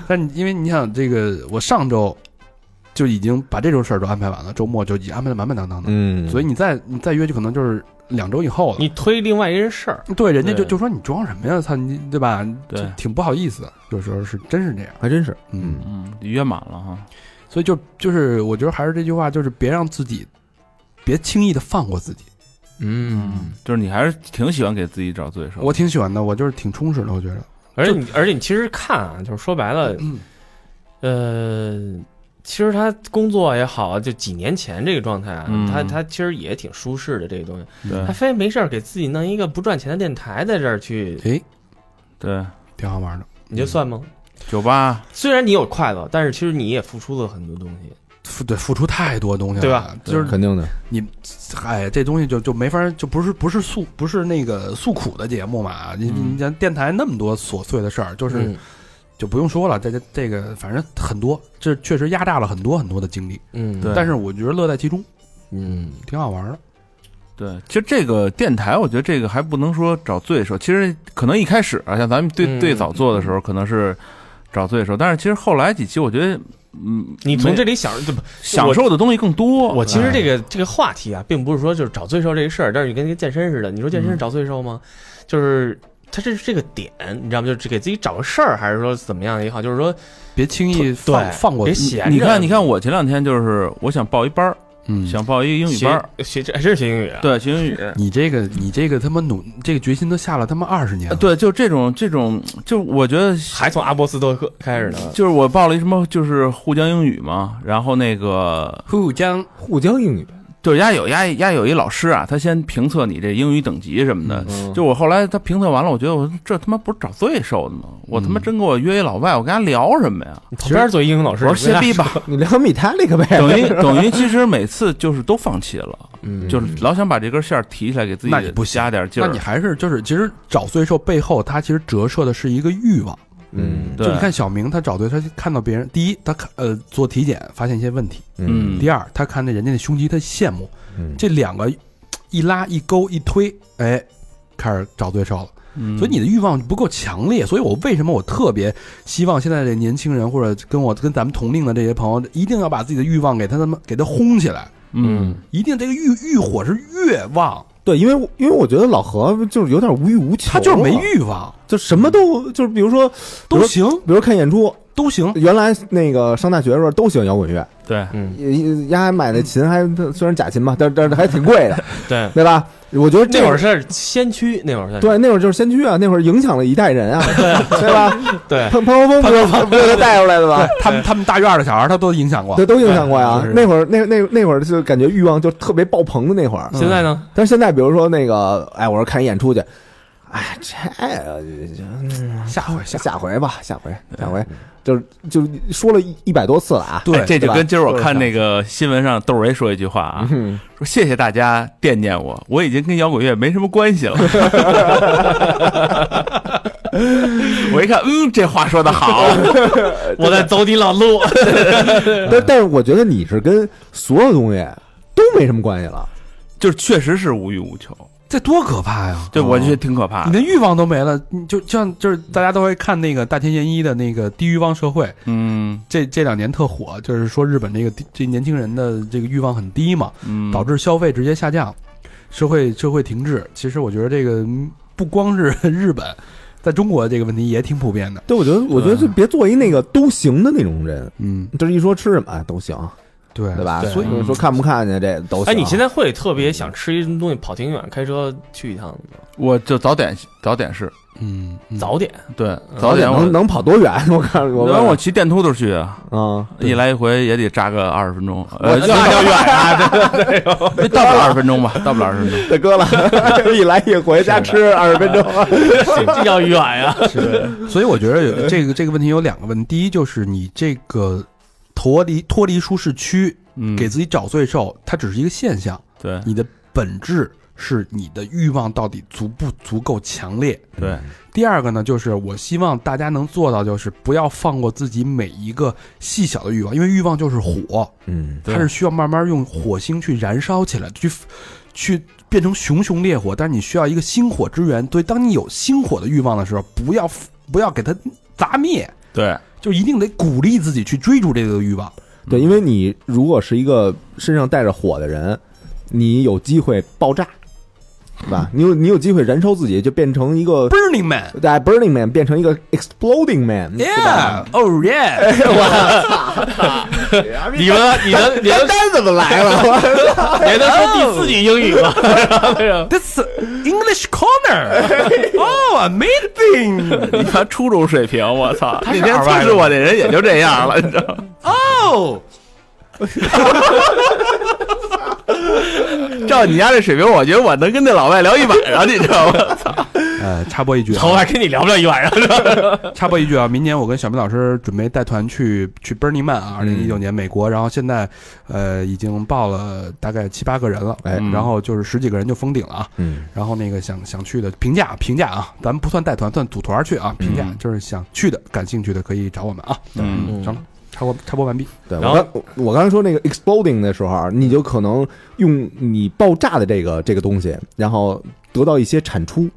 但你因为你想这个我上周就已经把这种事儿都安排完了，周末就已经安排的满满当当的，嗯所以你再你再约就可能就是两周以后了。你推另外一人事儿，对，人家就对就说你装什么呀？操你，对吧？对就挺不好意思的，有时候是真是这样。还真是，嗯，嗯，约满了哈。所以就就是我觉得还是这句话，就是别让自己，别轻易的放过自己。嗯，就是你还是挺喜欢给自己找罪受。我挺喜欢的，我就是挺充实的，我觉得。而且你而且你其实看啊，就是说白了，嗯呃，其实他工作也好啊，就几年前这个状态啊，嗯他他其实也挺舒适的这个东西，对他非没事儿给自己弄一个不赚钱的电台在这儿去，哎，对，挺好玩的。你嗯就算吗？酒吧虽然你有快乐，但是其实你也付出了很多东西，付对付出太多东西了，对吧？就是肯定的。哎，这东西就就没法，就不是不是诉不是那个诉苦的节目嘛。你嗯你像电台那么多琐碎的事儿，就就是就不用说了。这这这个反正很多，这确实压榨了很多很多的精力，嗯，对但是我觉得乐在其中，嗯，挺好玩的。对，其实这个电台，我觉得这个还不能说找罪受，其实可能一开始啊，像咱们最、嗯最早做的时候，可能是找罪受，但是其实后来几期，我觉得，嗯，你从没这里想不享受的东西更多。我其实这个这个话题啊，并不是说就是找罪受这个事儿，但是你跟那个健身似的，你说健身是找罪受吗？就是它这是这个点，你知道吗？就是给自己找个事儿，还是说怎么样也好，就是说别轻易放对放过别自己，闲着。你看，你看，我前两天就是我想报一班儿，嗯想报一个英语学班儿，学这还真是学英语啊，对，学英语。你这个你这个他妈努这个决心都下了他妈二十年了，，对，就这种这种，就我觉得还从阿波斯多克开始呢。就是我报了一什么，就是沪江英语嘛，然后那个互江沪江英语，就是丫有丫丫有一老师啊，他先评测你这英语等级什么的。嗯就我后来他评测完了，我觉得我这他妈不是找罪受的吗？我他嗯妈真给我约一老外，我跟他聊什么呀？你旁边做英语老我师，说歇逼吧，你聊米塔那个呗，等于等于其实每次就是都放弃了，嗯就是老想把这根线儿提起来给自己那你不行加点劲那儿。你还是就是，其实找罪受背后，它其实折射的是一个欲望。嗯对就你看小明，他找对，他看到别人，第一，他看呃做体检发现一些问题；嗯，第二，他看那人家那胸肌，他羡慕。嗯这两个嘖一拉一勾一推，哎，开始找对手了。嗯所以你的欲望不够强烈，所以我为什么我特别希望现在的年轻人或者跟我跟咱们同龄的这些朋友，一定要把自己的欲望给他他妈给他轰起来，嗯，一定这个欲欲火是越旺，对，因为我因为我觉得老何就是有点无欲无求，他就是没，欲望就什么都就是，比如说，都行比如看演出，都行，原来那个上大学的时候都喜欢摇滚乐，对，嗯，丫还买的琴还虽然假琴吧，但但是还挺贵的，对，对吧？我觉得这那会儿是先驱，那会儿在对，那会儿就是先驱啊，那会儿影响了一代人啊，对吧？对，潘潘国峰不是不是他带出来的吧？他们他们大院的小孩他都影响过对，，都影响过呀对。那会儿那那那会儿就感觉欲望就特别爆棚的那会儿，嗯现在呢？但是现在比如说那个，哎，我说看一演出去，哎，这个下回下下下回吧，下回下回就是就说了一一百多次了啊。对，哎这就吧跟今儿我就是看这那个新闻上窦唯说一句话啊，嗯，说谢谢大家惦念我，我已经跟摇滚乐没什么关系了。 我一看，嗯，这话说的好， 我在走你老路，嗯但但是我觉得你是跟所有东西都没什么关系了。就是确实是无欲无求，这多可怕呀！哦对我觉得挺可怕你的。连欲望都没了，你就像就是大家都会看那个大前研一的那个《低欲望社会》，嗯这这两年特火，就是说日本这个低这年轻人的这个欲望很低嘛，嗯，导致消费直接下降，社会社会停滞。其实我觉得这个嗯不光是日本，在中国这个问题也挺普遍的。对，我觉得我觉得就别做一那个都行的那种人，嗯，嗯就是一说吃什么哎都行，对对？吧？对所以说看不看见这都行。哎，你现在在会特别想吃一什么东西，跑挺远，开车去一趟吗？我就早点早点是嗯，嗯早点，对早早点我能能跑多远？ 我看我我问我骑电秃子去啊，啊，一来一回也得扎个二十分钟，呃，我要要远啊，对对对，到不了二十分钟吧，到不了二十分 钟。大哥了， 一来一回家吃二十分钟。这叫远呀！所以我觉得有这个这个问题有两个问题，第一就是你这个脱离脱离舒适区，嗯，给自己找罪受，它只是一个现象，对你的本质是你的欲望到底足不足够强烈。对，第二个呢，就是我希望大家能做到，就是不要放过自己每一个细小的欲望，因为欲望就是火，嗯，对它是需要慢慢用火星去燃烧起来，去去变成熊熊烈火。但是你需要一个星火之源，所以当你有星火的欲望的时候，不要不要给它砸灭，对，就一定得鼓励自己去追逐这个欲望。对，因为你如果是一个身上带着火的人，你有机会爆炸，对吧？你有你有机会燃烧自己，就变成一个 Burning Man。在 Burning Man 变成一个 Exploding Man，对吧 Yeah, oh yeah！你们、你们、你们哎单怎么来了？ 别的说第四句英语 吧， This English corner. Oh, amazing! 你看初中水平，我操！那天测试我那人也就这样了，你知道吗？ Oh, 照你家这水平，我觉得我能跟那老外聊一晚上，你知道吗？呃，插播一句啊，头还跟你聊不了一晚上。 插播一句啊，明年我跟小明老师准备带团去去 Burning Man 嗯啊，二零一九年美国，然后现在呃已经报了大概七八个人了，哎嗯然后就是十几个人就封顶了啊。嗯，然后那个想想去的评价评价啊，咱们不算带团，算组团去啊，评嗯价、就是想去的、感兴趣的可以找我们啊。嗯，行了，插播插播完毕。对然我后刚我刚才说那个 Exploding 的时候，啊你就可能用你爆炸的这个这个东西，然后得到一些产出。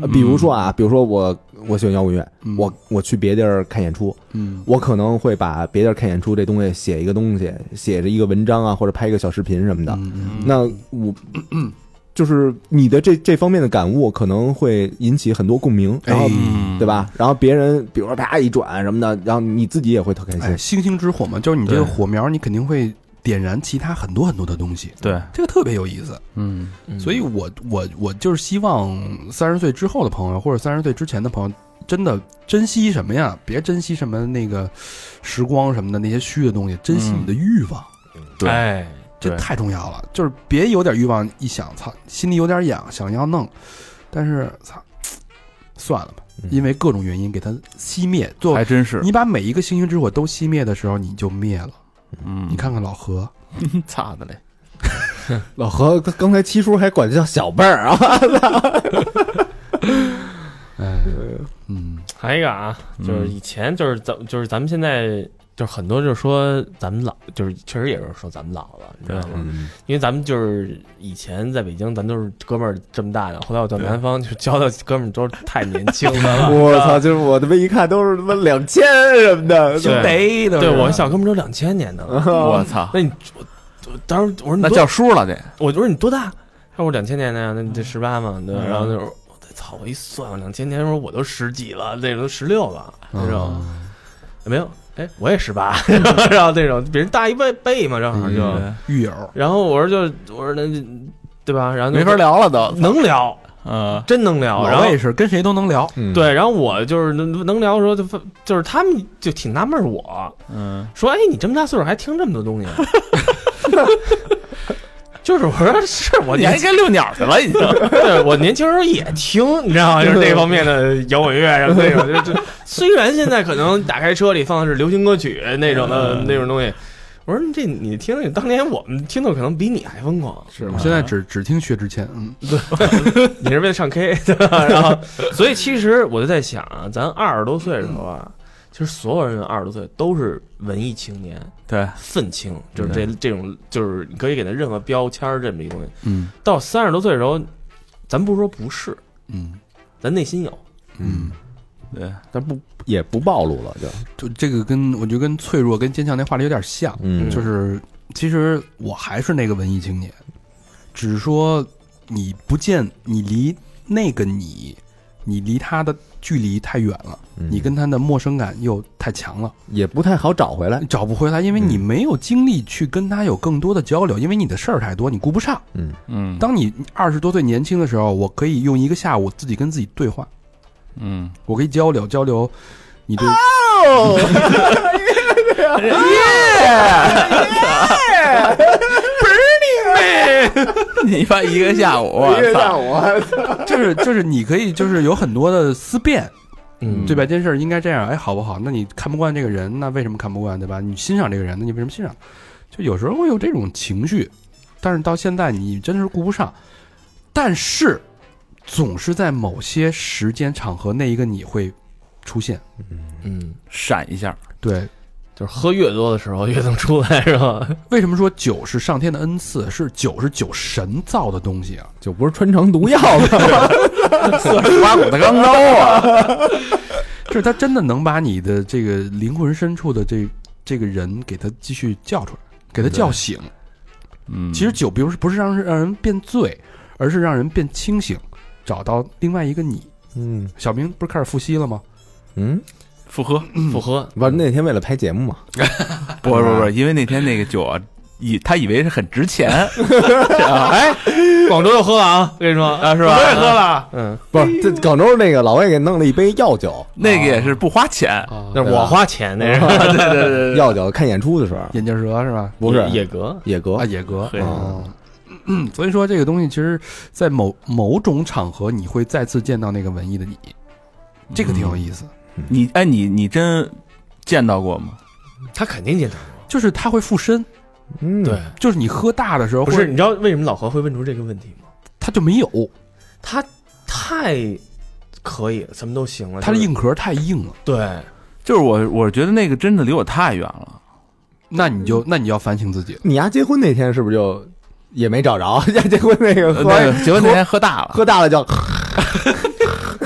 呃比如说啊，比如说我我喜欢摇滚乐，嗯我我去别地儿看演出，嗯我可能会把别地儿看演出这东西写一个东西，写着一个文章啊，或者拍一个小视频什么的。嗯那 我就是你的这这方面的感悟，啊可能会引起很多共鸣，然后、哎嗯对？吧？然后别人比如说啪一转什么的，然后你自己也会特开哎，星心。星之火嘛，就是你这个对火苗，你肯定会点燃其他很多很多的东西，对，这个特别有意思。嗯，所以我我我就是希望三十岁之后的朋友，或者三十岁之前的朋友，真的珍惜什么呀？别珍惜什么那个时光什么的那些虚的东西，珍惜你的欲望。对哎，这嗯对太重要了。就是别有点欲望，一想操，心里有点痒，想要弄，但是操，算了吧，嗯因为各种原因给它熄灭。最后还真是，你把每一个星星之火都熄灭的时候，你就灭了。嗯，你看看老何，擦的嘞，老何刚才七叔还管叫小辈儿啊，哎，嗯，还有一个啊，就是以前就是咱就是咱们现在就是很多就是说咱们老，就是确实也是说咱们老了，你知道吗？因为咱们就是以前在北京，咱都是哥们儿这么大的，后来我到南方就交到哥们儿都是太年轻了。我操！就是我他妈一看都是他妈两千什么的，对得的 对，我小哥们儿都两千年的了。 我操，那你我我当时我说你那多叫叔了得，我就说你多大？他说我两千年的呀，那你这十八嘛，对吧。嗯然后那时候我操，我一算，我两千年的时候我都十几了，那时候十六了，那时候没有，哎，我也十八， 然后那种比人大一倍倍嘛，正好就。嗯狱友，然后我说就我说那就对吧？然后就没法，聊了都，能聊，嗯，真能聊。然老后魏是跟谁都能聊， 嗯，对，然后我就是能能聊的时候就发，就是他们就挺纳闷儿我嗯，说，哎，你这么大岁数还听这么多东西啊？ 就是我说是我你年还轻，该遛鸟去 了已经，对我年轻时候也听，你知道吗？就是这方面的摇滚乐什么那种，就就虽然现在可能打开车里放的是流行歌曲那种的那种东西，我说这你听听，当年我们听的可能比你还疯狂，是我现在只只听薛之谦，嗯，你是为了唱 K，对吧？然后，所以其实我就在想啊，咱二十多岁的时候啊，其实所有人二十多岁都是文艺青年、对，愤青，就是这这种，就是你可以给他任何标签儿这么一个东西。嗯到三十多岁的时候，咱不说不是，嗯咱内心有，嗯，对，咱不也不暴露了，就就这个跟我觉得跟脆弱跟坚强那话题有点像，嗯就是其实我还是那个文艺青年，只是说你不见你离那个你，你离他的距离太远了，嗯你跟他的陌生感又太强了，也不太好找回来，找不回来，因为嗯你没有精力去跟他有更多的交流，因为你的事儿太多，你顾不上。嗯嗯，当你二十多岁年轻的时候，我可以用一个下午自己跟自己对话，嗯，我可以交流交流，你对 你把一个下午，一个我操，下午还就是就是你可以就是有很多的思辨，嗯对吧？这件事儿应该这样，哎，好不好？那你看不惯这个人，那为什么看不惯，对吧？你欣赏这个人，那你为什么欣赏？就有时候会有这种情绪，但是到现在你真的是顾不上，但是总是在某些时间场合，那一个你会出现，嗯，闪一下，对。就是喝越多的时候越能出来，是吧？为什么说酒是上天的恩赐？是酒是酒神造的东西啊！就不是穿成毒药了，刮骨的钢刀啊，就是它真的能把你的这个灵魂深处的这这个人给他继续叫出来，给他叫醒。嗯，其实酒，比如说不是让人让人变醉，而是让人变清醒，找到另外一个你。嗯小明不是开始复吸了吗？嗯，复合，不喝，不是那天为了拍节目嘛，不不不，因为那天那个酒啊，以他以为是很值钱，哎，广州又喝了啊，跟你说啊，是吧？我也喝了，嗯，不是这广州那个老外给弄了一杯药酒，那个也是不花钱，啊，那是我花钱那是 对对对对对，药酒看演出的时候，眼镜蛇是吧？不是野格，野格啊，，野格。嘿哦 嗯，所以说这个东西，其实，在某某种场合，你会再次见到那个文艺的你，这个挺嗯有意思。你哎你你真见到过吗？他肯定见到，就是他会附身，嗯，对，，就是你喝大的时候，不是，你知道为什么老何会问出这个问题吗？他就没有，他太可以了，什么都行了。他的就是硬壳太硬了。对，就是我我觉得那个真的离我太远了，那你嗯就那你要反省自 己了。你丫结婚那天是不是就也没找着？ 丫结婚那个呃喝那个结婚那天喝大了，喝大了就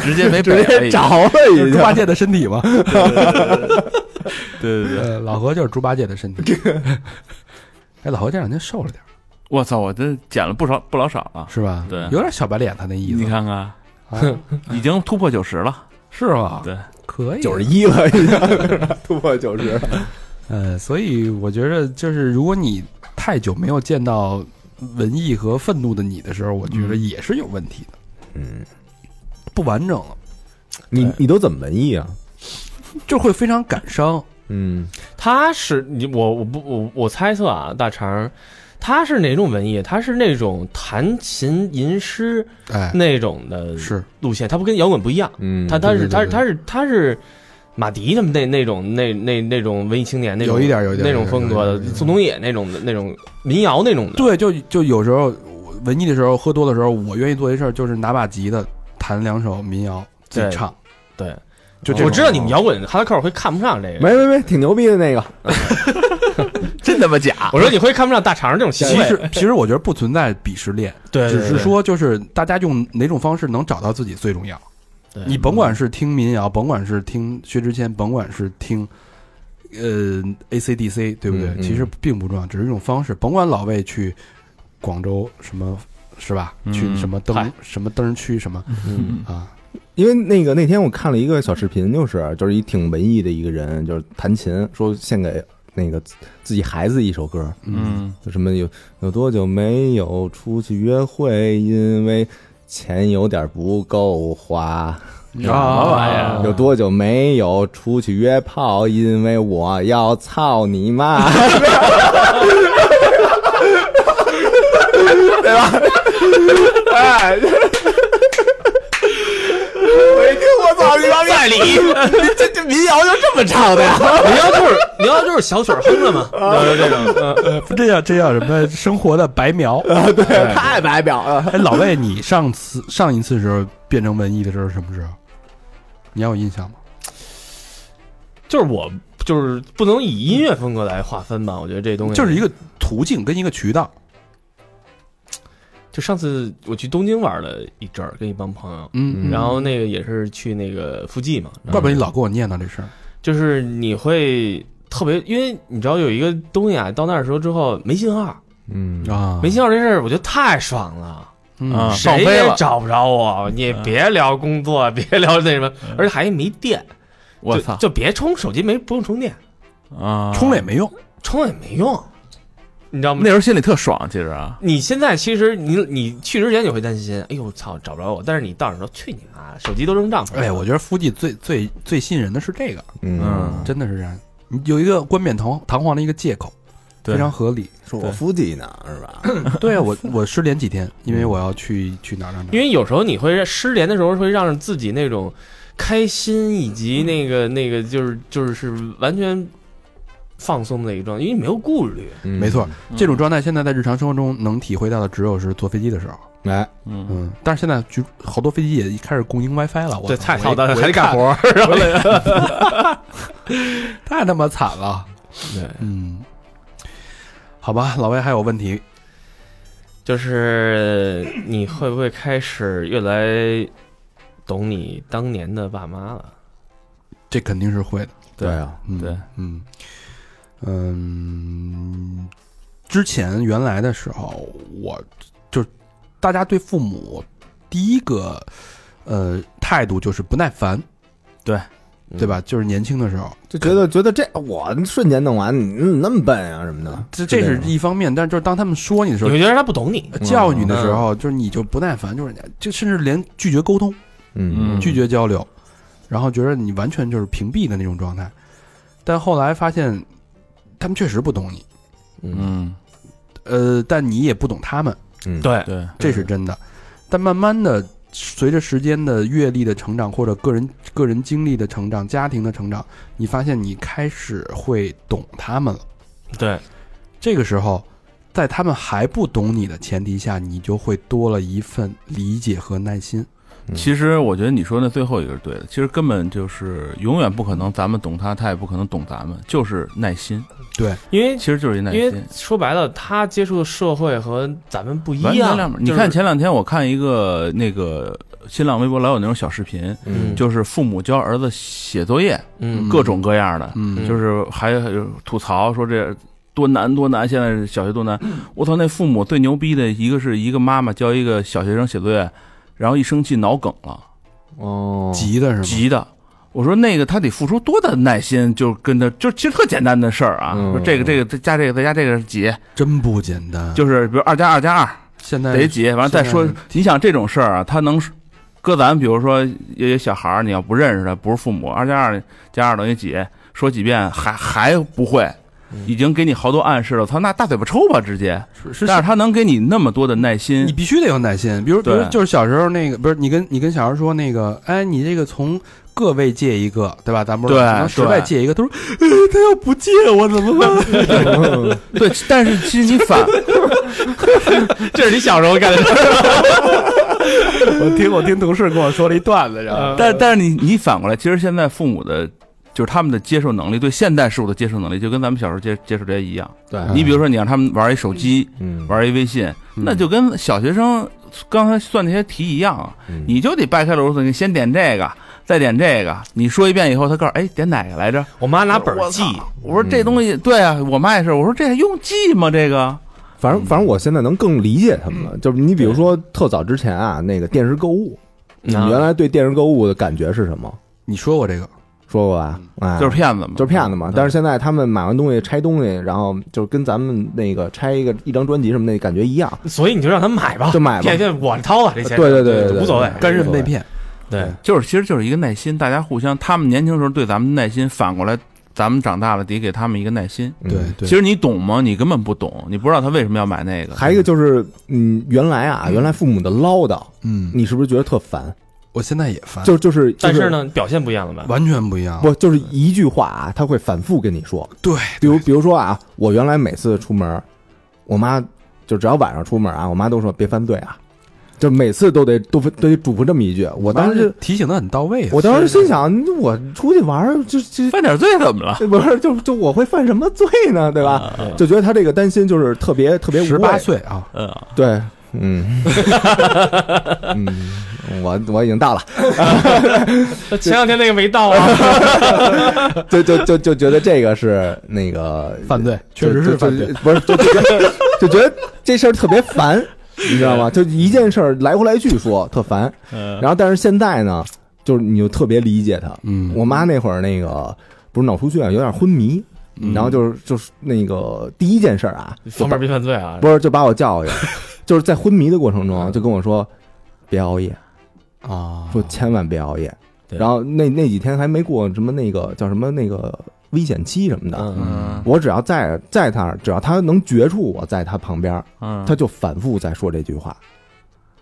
直接没直北了接已经着了，已猪经八戒的身体嘛，对对对， 呃，老何就是猪八戒的身 体。哎，老何这两天瘦了点儿，我操，我这减了不少不老少了，是吧？对有点小白脸他那意你思，看看啊已经突破九十了，是吧？对，可以。九十一了，已 经突破九十。呃，所以我觉得就是，如果你太久没有见到文艺和愤怒的你的时候，我觉得也是有问题的，嗯，不完整了，你你都怎么文艺啊？就会非常感伤。嗯他是你我我不我我猜测啊，大肠儿，他是哪种文艺？他是那种弹琴吟诗哎，那种的是路线，他不跟摇滚不一样。嗯，他他对是对对他是他是他是马迪他们那那种那那那种文艺青年那种有一点有一点那种风格有一点有一的点宋冬野那种的那种民谣那种的，对，就就有时候我文艺的时候，喝多的时候，我愿意做一事儿，就是拿把吉他弹两首民谣自己对唱。对，就这种我知道你们摇滚哈拉克会看不上这个，没没没，挺牛逼的那个，真他妈假！我说你会看不上大肠这种其行为，实其实我觉得不存在鄙视链，对，只是说就是大家用哪种方式能找到自己最重要。对你甭管是听民谣，甭管是听薛之谦，甭管是听呃 AC/DC，对不对嗯？嗯其实并不重要，只是一种方式。甭管老魏去广州什么，是吧？嗯去什么灯嗨嗯什么灯区什么啊？因为那个那天我看了一个小视频，就是就是一挺文艺的一个人，就是弹琴，说献给那个自自己孩子一首歌，嗯，就什么有有多久没有出去约会，因为钱有点不够花。么玩意儿有多久没有出去约炮？因为我要操你妈！对吧？哎，我一听我操你妈！在理， 这这民谣就这么唱的呀？你要就是你要就是小曲儿哼着 嘛，对对对，呃，这叫这叫什么？生活的白 描。啊对，太白嫖了。哎，老魏，你上次上一次时候变成文艺的时候是什么时候？你还有印象吗？就是我就是不能以音乐风格来划分吧，我觉得这东西就是一个途径跟一个渠道。就上次我去东京玩了一阵儿，跟一帮朋友，嗯，然后那个也是去那个附近嘛，然后怪不得你老跟我念叨这事儿。就是你会特别，因为你知道有一个东西啊，到那儿的时候之后没信号， 嗯啊，没信号这事儿，我觉得太爽了，啊嗯，谁放飞也了嗯找不着我，你也别聊工作，别聊那什么，而且还没电，我就操就别充手机没不用充电，啊！充了也没用。充也没用，你知道吗那？时候心里特爽，其实啊，你现在其实你你去之前你会担心，哎呦操找不着我，但是你到那儿说去你妈的，手机都扔帐篷。哎，我觉得夫妻最最最吸引人的是这个，嗯，真的是这样。你有一个冠冕堂堂皇的一个借口，对非常合理。说我腹肌呢，是吧？对啊，我我失联几天，因为我要去去哪儿哪儿哪儿。因为有时候你会失联的时候，会让自己那种开心以及那个那个就是就是完全放松的一个状态，因为你没有顾虑。没没错，，这种状态现在在日常生活中能体会到的，只有是坐飞机的时候。哎，嗯，嗯，但是现在就好多飞机也开始供应 WiFi 啊了，我对，操太我操也蛋了，我还得也干看活儿。太他妈惨了。对，嗯，好吧，老魏还有问题，就是你会不会开始越来懂你当年的爸妈了？这肯定是会的。对啊，嗯，对，嗯嗯，之前原来的时候，我就是大家对父母第一个呃态度就是不耐烦，对嗯吧？就是年轻的时候，就觉得觉得这我瞬间弄完，你怎么那么笨啊什么的。这这是一方面，但是就是当他们说你的时你候会。觉得他不懂你，教育你的时候，就是你就不耐烦，就是你就甚至连拒绝沟通、嗯嗯拒绝交流，然后觉得你完全就是屏蔽的那种状态。但后来发现，他们确实不懂你，嗯，呃，但你也不懂他们，嗯，对，对，这是真的。但慢慢的，随着时间的阅历的成长，或者个人个人经历的成长、家庭的成长，你发现你开始会懂他们了。对，这个时候，在他们还不懂你的前提下，你就会多了一份理解和耐心。其实我觉得你说那最后一个是对的，其实根本就是永远不可能咱们懂他，他也不可能懂咱们，就是耐心，对，因为其实就是一嗯耐因为心。说白了，他接触的社会和咱们不一完全样两码。就你是看前两天我看一个那个新浪微博老有那种小视频，嗯就是父母教儿子写作业，嗯，各种各样的，嗯，就是还有吐槽说这多难多难，现在小学多难。嗯我操，那父母最牛逼的一个是一个妈妈教一个小学生写作业，然后一生气脑梗了，哦，急的是吗？急的。我说那个他得付出多大耐心，就跟他就其实特简单的事儿啊，嗯说这个这个再加这个再加这个是几，真不简单。就是比如二加二加二现在得几，完了再说哎现在。你想这种事儿啊，他能搁咱们比如说有些小孩儿，你要不认识他，不是父母，二加二加二等于几，说几遍还还不会，已经给你好多暗示了，操，那大嘴巴抽吧，直接。是嗯是但是他能给你那么多的耐心你，必须得有耐心。比如，比对如就是小时候那个，不是你跟你跟小孩说那个，哎，你这个从个位借一个，对吧？咱不是对可能十对位借一个，他说、哎他要不借我怎么 办？对，但是其实你反， 这是你小时候干的事儿。 我听我听同事跟我说了一段子，然后嗯但但是你你反过来，其实现在父母的，就是他们的接受能力，对现代事物的接受能力，就跟咱们小时候接接受这些一样。对哎你比如说，你让他们玩一手机，嗯，玩一微信，那就跟小学生刚才算那些题一样啊，嗯你就得掰开了说，你先点这个，再点这个，你说一遍以后，他告诉哎点哪个来着？我妈拿本儿记，我说这嗯东西，对啊，我妈也是，我说这还用记吗？这个反正反正我现在能更理解他们了。就是你比如说特早之前啊，那个电视购物，你啊原来对电视购物的感觉是什么？你说我这个，说过吧？哎，就是骗子嘛，就是骗子嘛。但是现在他们买完东西拆东西，然后就是跟咱们那个拆一个一张专辑什么的感觉一样，所以你就让他们买吧，就买吧 这。这我掏啊，这钱，对对对对对无所谓，对甘认被骗，对，就是其实就是一个耐心，大家互相，他们年轻时候对咱们耐心，反过来咱们长大了得给他们一个耐心。嗯对对。其实你懂吗？你根本不懂，你不知道他为什么要买那个。还有一个就是，嗯，原来啊，原来父母的唠叨，嗯，你是不是觉得特烦？我现在也烦，就就是，就但是，呢，表现不一样了吧？完全不一样。不就是一句话啊，他会反复跟你说。对，比如比如说啊，我原来每次出门，我妈就只要晚上出门啊，我妈都说别犯罪啊，就每次都得都都得嘱咐这么一句。我我当当时时提醒的很到位啊。我当时心想，我出去玩儿就就犯点罪怎么了？不是就就我会犯什么罪呢？对吧？嗯就觉得他这个担心就是特别特别无十谓八岁啊，嗯，对， 嗯，嗯，我我已经到了，前两天那个没到啊，就就就就觉得这个是那个犯罪就确实是就犯就罪。不是就就觉得 就觉得这事儿特别烦，你知道哎吗？就一件事儿来回来去说，特烦。然后但是现在呢，就是你就特别理解他。嗯，我妈那会儿那个不是脑出血，有点昏迷，嗯然后就是就是那个第一件事儿啊，就方把便别犯罪啊，不是就把我叫过去，就是在昏迷的过程嗯中就跟我说别熬夜。啊，说千万别熬夜。对然后那那几天还没过什么那个叫什么那个危险期什么的，嗯，嗯我只要在在他那儿，只要他能觉出我在他旁边，嗯，他就反复在说这句话，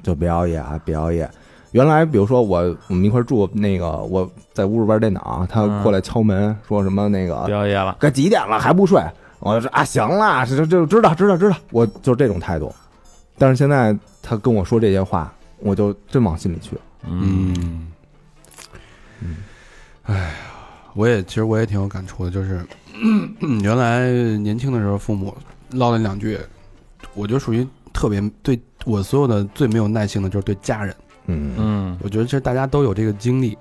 就别熬夜啊，别熬夜。原来比如说我我们一块儿住那个我在屋里玩电脑，啊他嗯过来敲门说什么那个表演了，该几点了还不睡？我就说啊，行啦，这这这知道知道知道，我就这种态度。但是现在他跟我说这些话，我就真往心里去。嗯，嗯，哎呀，我也其实我也挺有感触的，就是咳咳原来年轻的时候，父母唠了两句，我就属于特别对我所有的最没有耐性的就是对家人，嗯嗯，我觉得这大家都有这个经历，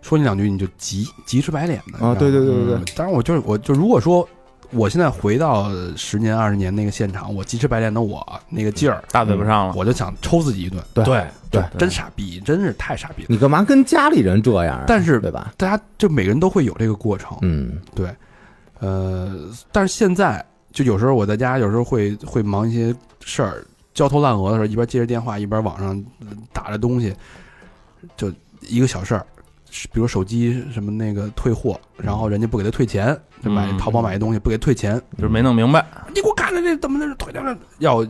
说你两句你就急急赤白脸的啊，对对对对对，对，嗯当然我就是我就如果说。我现在回到十年二十年那个现场，我急赤白脸的我那个劲儿，大嘴巴上嗯了，我就想抽自己一顿，对，真傻逼，真是太傻逼了。你干嘛跟家里人这样啊？但是对吧？大家就每个人都会有这个过程，嗯对，呃，但是现在就有时候我在家，有时候会会忙一些事儿，焦头烂额的时候，一边接着电话，一边网上打着东西，就一个小事儿，是比如手机什么那个退货，嗯然后人家不给他退钱，就买嗯淘宝买一东西不给退钱，就是没弄明白，你给我干了这怎么着退掉了？要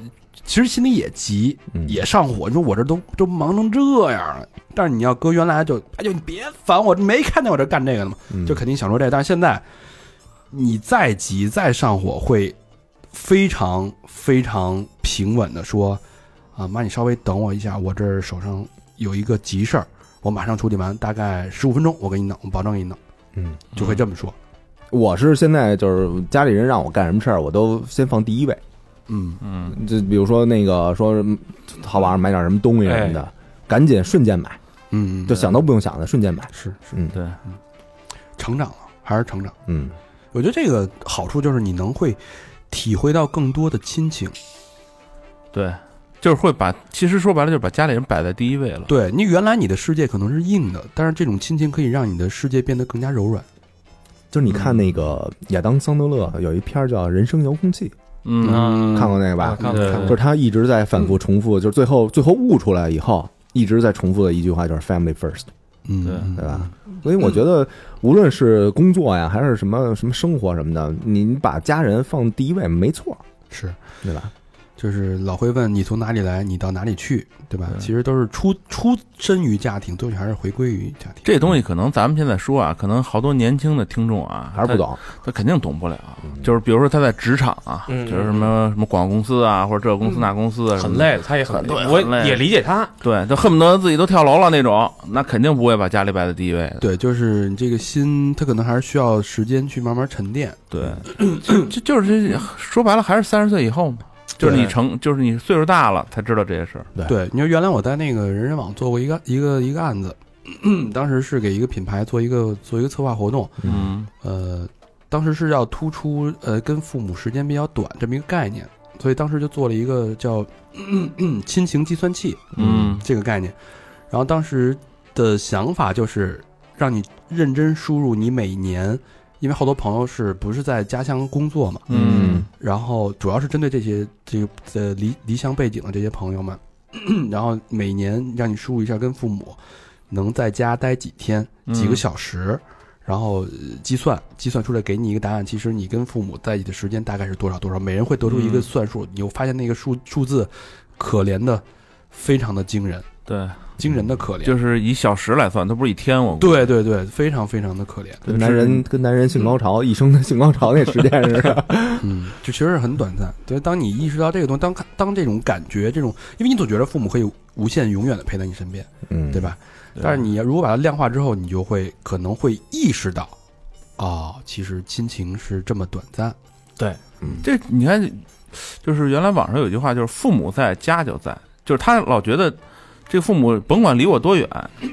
其实心里也急，嗯也上火。你说我这都都忙成这样了，但是你要搁原来就，哎呦，你别烦我，没看见我这干这个呢吗？嗯就肯定想说这个。但是现在你再急再上火，会非常非常平稳的说，啊妈，你稍微等我一下，我这儿手上有一个急事儿，我马上处理完，大概十五分钟，我给你弄，我保证给你弄，嗯，就会这么说。我是现在就是家里人让我干什么事儿，我都先放第一位。嗯，嗯，就比如说那个说什么淘宝上买点什么东西什么的，赶紧瞬间买，嗯，就想都不用想的瞬间买。是是嗯对，成长了，还是成长。嗯我觉得这个好处就是你能会体会到更多的亲情。对，就是会把，其实说白了就是把家里人摆在第一位了。对你原来你的世界可能是硬的，但是这种亲情可以让你的世界变得更加柔软。就是你看那个亚当桑德勒有一片儿叫《人生遥控器嗯，》，看过那个啊吧？嗯看对看就是他一直在反复重复，就是最后最后悟出来以后，一直在重复的一句话就是 “family first”。嗯，对嗯对吧？所以我觉得，无论是工作呀，还是什么什么生活什么的，你你把家人放第一位没错，是，对吧？就是老会问你从哪里来，你到哪里去，对吧？对其实都是出出身于家庭，最后还是回归于家庭。这东西可能咱们现在说啊，可能好多年轻的听众啊，还是不懂，嗯他，他肯定懂不了。就是比如说他在职场啊，嗯就是什么什么广告公司啊，或者这公司那公司啊，什很么的，累了，他也很对累，很我累也理解他。对，他恨不得自己都跳楼了那种，那肯定不会把家里摆在第一位的。对，就是你这个心，它可能还是需要时间去慢慢沉淀。对，就 就就是说白了，还是三十岁以后嘛，就是你对成，就是你岁数大了才知道这些事儿。对，你说原来我在那个人人网做过一个一个一个案子， 当时是给一个品牌做一个做一个策划活动，嗯呃，当时是要突出呃跟父母时间比较短这么一个概念，所以当时就做了一个叫 亲情计算器嗯这个概念。然后当时的想法就是让你认真输入你每年，因为好多朋友是不是在家乡工作嘛，嗯然后主要是针对这些这个呃离离乡背景的这些朋友们， 然后每年让你输入一下跟父母能在家待几天嗯几个小时，然后呃计算计算出来给你一个答案。其实你跟父母在一起的时间大概是多少多少，每人会得出一个嗯算数，你会发现那个数数字可怜的非常的惊人，对，惊人的可怜。就是以小时来算，它不是以天，我估计对对对，非常非常的可怜。跟男人跟男人性高潮一生的性高潮那时间似 的，嗯，就其实是很短暂。对，当你意识到这个东西，当看当这种感觉，这种，因为你总觉得父母可以无限永远的陪在你身边，嗯，对？吧？对但是你如果把它量化之后，你就会可能会意识到，哦，其实亲情是这么短暂。这你看，就是原来网上有一句话，就是父母在，家就在，就是他老觉得这个父母甭管离我多远，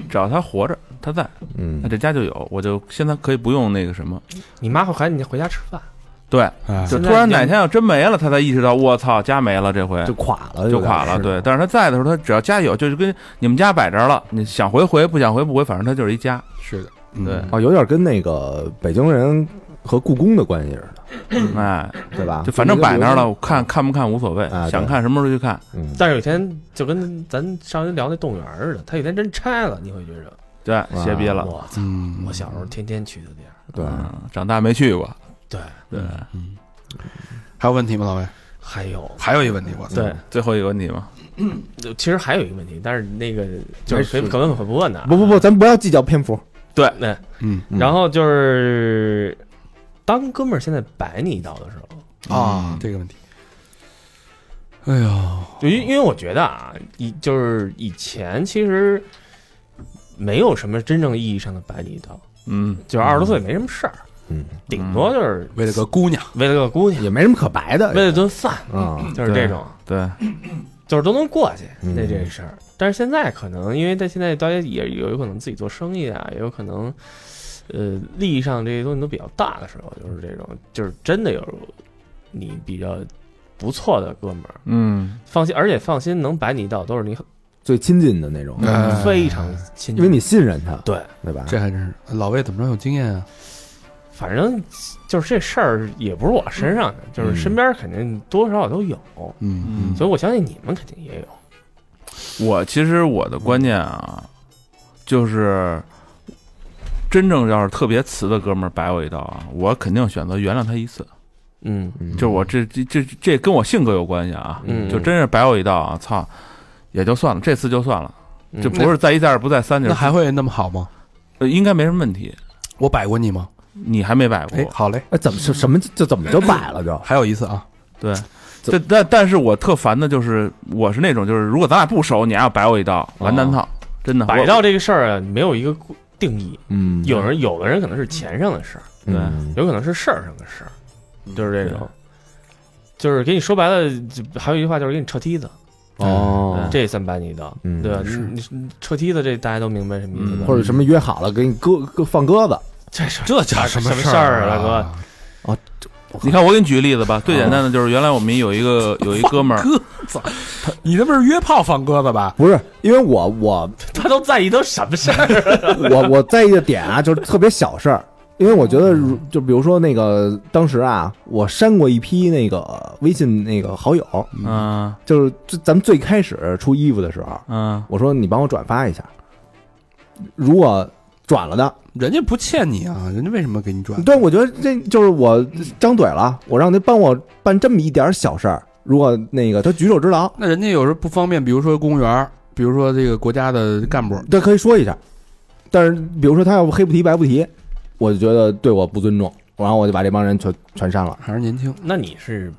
只要他活着，他在，嗯那，这家就有，我就现在可以不用那个什么。你妈会喊你回家吃饭，对，哎就现突在然已经哪天要真没了，他才意识到，我操，家没了，这回就垮了，就垮了。有点对，但是他在的时候，他只要家有，就是跟你们家摆着了，你想回回，不想回不回，反正他就是一家。是的，嗯对是，哦，有点跟那个北京人和故宫的关系似的，哎，对吧？就反正摆那儿了，我看看，看不看无所谓啊，对想看什么时候去看。嗯，但是有一天就跟咱上回聊那动物园似的，他有一天真拆了，你会觉着对，歇逼了。我操！嗯，我小时候天天去的地儿，对，嗯长大没去过。对对，还有问题吗，老魏？还有还有一个问题，我操，对，最后一个问题嘛，其实还有一个问题，但是那个就没是谁事根本不问的啊。不不不，咱不要计较篇幅，对，那嗯嗯然后就是当哥们儿现在摆你一道的时候，啊，这个问题，哎呦，就因因为我觉得啊，以就是以前其实没有什么真正意义上的摆你一道，嗯，就是二十多岁没什么事儿，嗯，顶多就是为了个姑娘，为了个姑娘，也没什么可白的，为了顿饭，啊，就是这种。对，就是都能过去，嗯那这事儿。但是现在可能，因为他现在大家也也有可能自己做生意啊，也有可能，呃，利益上这些东西都比较大的时候，就是这种，就是真的有你比较不错的哥们儿，嗯，放心，而且放心能摆你一道，都是你最亲近的那种，嗯哎非常亲因为近。你信任他，对，对吧？这还真是老魏怎么着有经验啊？反正就是这事儿也不是我身上的，就是身边肯定多少少都有，嗯所以我相信你们肯定也有。我其实我的观念啊，就是真正要是特别瓷的哥们儿摆我一道啊，我肯定选择原谅他一次。嗯嗯就是我这这这这跟我性格有关系啊，嗯就真是摆我一道啊，操，也就算了，这次就算了，嗯就不是再一再二不再三，就那是还会那么好吗？呃应该没什么问题。我摆过你吗？你还没摆过哎，，好嘞，哎，怎么是什么就怎么就摆了就？还有一次啊，对，怎这但但是我特烦的就是，我是那种就是，如果咱俩不熟，你还要摆我一道，完蛋套，真的摆我一道这个事儿啊，没有一个固定义。嗯有人有的人可能是钱上的事儿，对嗯有可能是事儿上的事儿，就是这种对，就是给你说白了，就还有一句话就是给你撤梯子，哦，这也算把你的，嗯对吧？你你撤梯子这大家都明白什么意思吧？嗯或者什么约好了给你鸽鸽放鸽子，这事儿这叫什么什么事儿啊啊，大你看，我给你举个例子吧，最简单的就是原来我们有一个有一哥们儿，鸽子，你那不是约炮放鸽子吧？不是因为我我他都在意都什么事儿？ 我我在意的点啊， 就是特别小事儿。因为我觉得如，就比如说那个当时啊，我删过一批那个微信那个好友，嗯就是最咱们最开始出衣服的时候，嗯我说你帮我转发一下，如果转了的，人家不欠你啊，人家为什么给你转？对，我觉得这就是我张嘴了，我让他帮我办这么一点小事儿。如果那个他举手之劳，那人家有时候不方便，比如说公务员儿，比如说这个国家的干部，他可以说一下。但是比如说他要不黑不提白不提，我就觉得对我不尊重，然后我就把这帮人全全删了。还是年轻。那你是，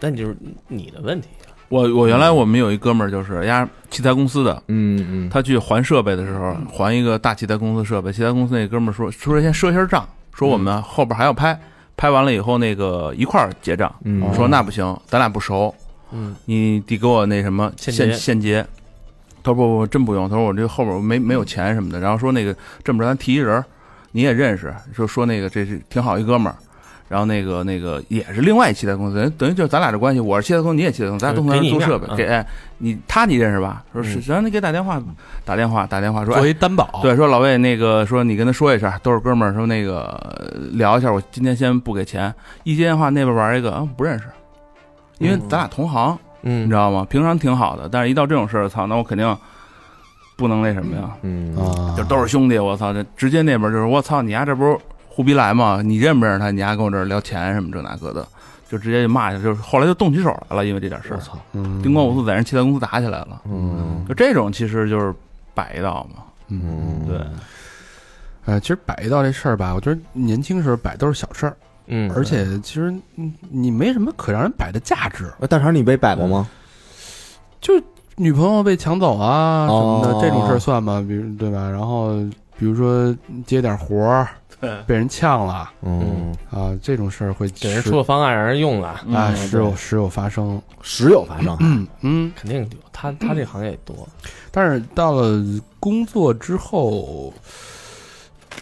那你就是你的问题啊。我我原来我们有一哥们儿，就是人家器材公司的，嗯嗯，他去还设备的时候，嗯还一个大器材公司设备，器材公司那哥们儿说说先赊一下账，说我嗯们后边还要拍，拍完了以后那个一块儿结账。嗯说那不行，咱俩不熟，嗯，你得给我那什么现现结现结。他说不不不，真不用。他说我这后边没没有钱什么的。然后说那个这么着，咱提一人儿，你也认识，就说那个这是挺好一哥们儿。然后那个那个也是另外一器材公司，等于等于就是咱俩这关系，我是器材公司，你也器材公司，咱俩都给是你一租面设备嗯。给、哎你他你认识吧？说是，嗯然后你给打电话，打电话打电话说，作哎为担保，，对，说老魏那个说你跟他说一声，都是哥们儿，说那个呃聊一下，我今天先不给钱。一接电话那边玩一个，嗯，不认识，因为咱俩同行，你嗯知，道吗？平常挺好的，但是一到这种事儿，操，那我肯定不能那什么呀，嗯啊，就都是兄弟，我操，这直接那边就是我操，你丫这不是胡逼来吗？你认不认识他？你丫跟我这儿聊钱什么这那个的，就直接就骂去，就是后来就动起手来了，因为这点事儿，操，嗯丁光五四在人器材公司打起来了，嗯就这种其实就是摆一道嘛，嗯，对。哎，其实摆一道这事儿吧，我觉得年轻时候摆都是小事儿，嗯，而且其实嗯你没什么可让人摆的价值。呃大肠你被摆过吗？女朋友被抢走啊什么的、哦这种事儿算吗？比如对吧？然后比如说接点活儿，对被人呛了嗯，啊，这种事儿会给人时出个方案让人用了，啊嗯时有时有发生。 时有发生。嗯嗯，肯定有。他他这行业也多，但是到了工作之后，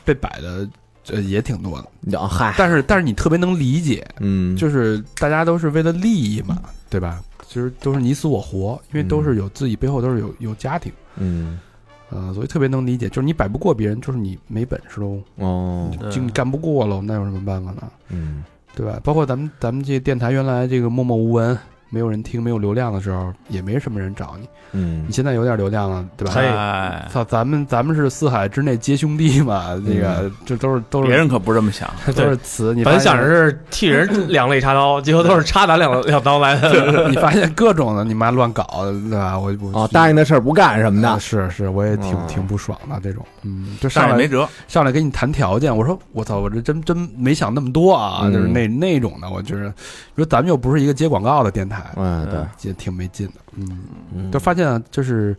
被摆的呃也挺多的。啊嗨，但 是但是你特别能理解，嗯，就是大家都是为了利益嘛，对吧？其实都是你死我活，因为都是有自己背后都是有有家庭，嗯呃，所以特别能理解。就是你摆不过别人，就是你没本事喽，哦，嗯就你干不过喽，那有什么办法呢？嗯对吧？包括咱们咱们这电台原来这个默默无闻，没有人听，没有流量的时候，也没什么人找你。嗯你现在有点流量了，对吧？哎，操，咱们咱们是四海之内皆兄弟嘛，这个这都是都是嗯别人可不这么想。 都是词，你本想着。着是替人两肋插刀，结果都是插咱两两刀来的。 你发现各种的，你妈乱搞，对吧？我我哦，答应的事儿不干什么啊的，是是，我也挺嗯挺不爽的这种，嗯，就哦上但也没来辙，上来跟你谈条件，我说我操，我这真真没想那么多啊，嗯就是那那种的，我觉得，你说咱们又不是一个接广告的电台，嗯，对，也挺没劲的，嗯，嗯就发现啊就是，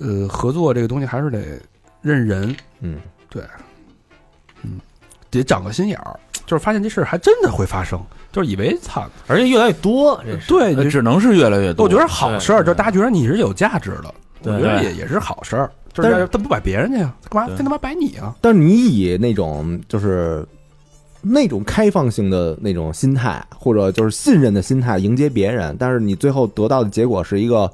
呃，合作这个东西还是得认人，嗯嗯，得长个心眼儿，就是发现这事儿还真的会发生，就是以为操，而且越来越多，这是对，呃就是只能是越来越多。我觉得是好事儿，对就大家觉得你是有价值的，我觉对得也也是好事儿。就是但是他不摆别人去呀，干嘛对非他妈摆你啊？但是你以那种就是那种开放性的那种心态，或者就是信任的心态迎接别人，但是你最后得到的结果是一个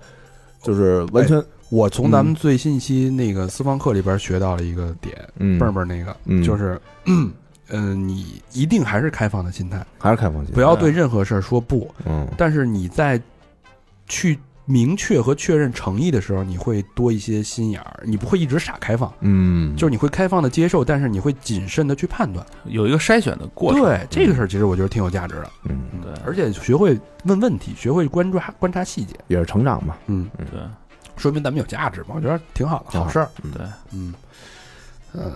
就是完全我从咱们最新一期那个私房课里边学到了一个点，嗯倍儿倍儿那个嗯就是， 嗯，呃你一定还是开放的心态，还是开放性不，要对任何事儿说不。嗯但是你在去明确和确认诚意的时候，你会多一些心眼儿，你不会一直傻开放，嗯，就是你会开放的接受，但是你会谨慎的去判断。有一个筛选的过程。对这个事儿，其实我觉得挺有价值的。嗯对而且学会问问题，学会关注观察细节，也是成长嘛，嗯，对，说明咱们有价值嘛，我觉得挺好的，挺好好事儿。嗯对，嗯，呃，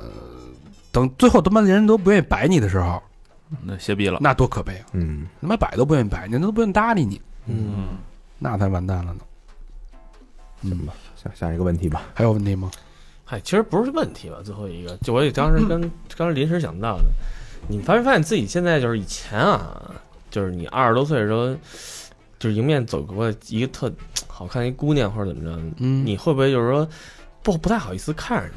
等最后他妈人都不愿意摆你的时候，那歇逼了。那多可悲啊！嗯他妈摆都不愿意摆，人家都不愿意搭理你，嗯，那才完蛋了呢。嗯，下下一个问题 吧，还有问题吗？嗨，其实不是问题吧？最后一个，就我也当时跟当时临时想到的，你发没发现自己现在就是以前啊，就是你二十多岁的时候，就是迎面走过一个特好看一姑娘或者怎么着，嗯，你会不会就是说不不太好意思看人家？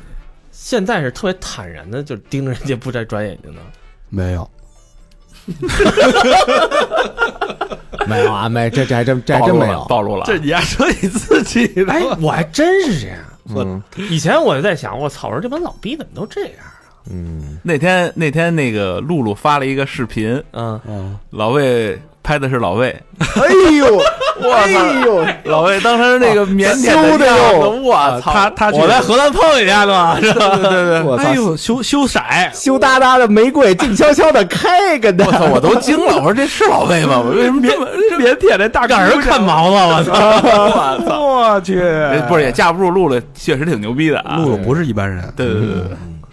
现在是特别坦然的，就是盯着人家不再转眼睛的。没有，没有啊，没这这还真这还真没有，暴露了。这你还说你自己 的？哎， 我还真是这样。嗯以前我就在想，我操，我说这帮老逼怎么都这样？嗯那天那天那个露露发了一个视频，嗯，嗯，老魏拍的是老魏，哎呦， 哎呦，老魏当时那个腼腆羞啊的得样子，哟我操！他他去我来荷兰碰一下嘛，是吧？ 对对我操哎，呦，羞羞色，羞答答的玫瑰静悄悄的开，跟 我操！他，我都惊了，我说这是老魏吗？我为什么这么腼腆？这大让人看毛了，我操！ 我操！我去，不是也架不住录了，确实挺牛逼的啊！露露不是一般人，对对对对，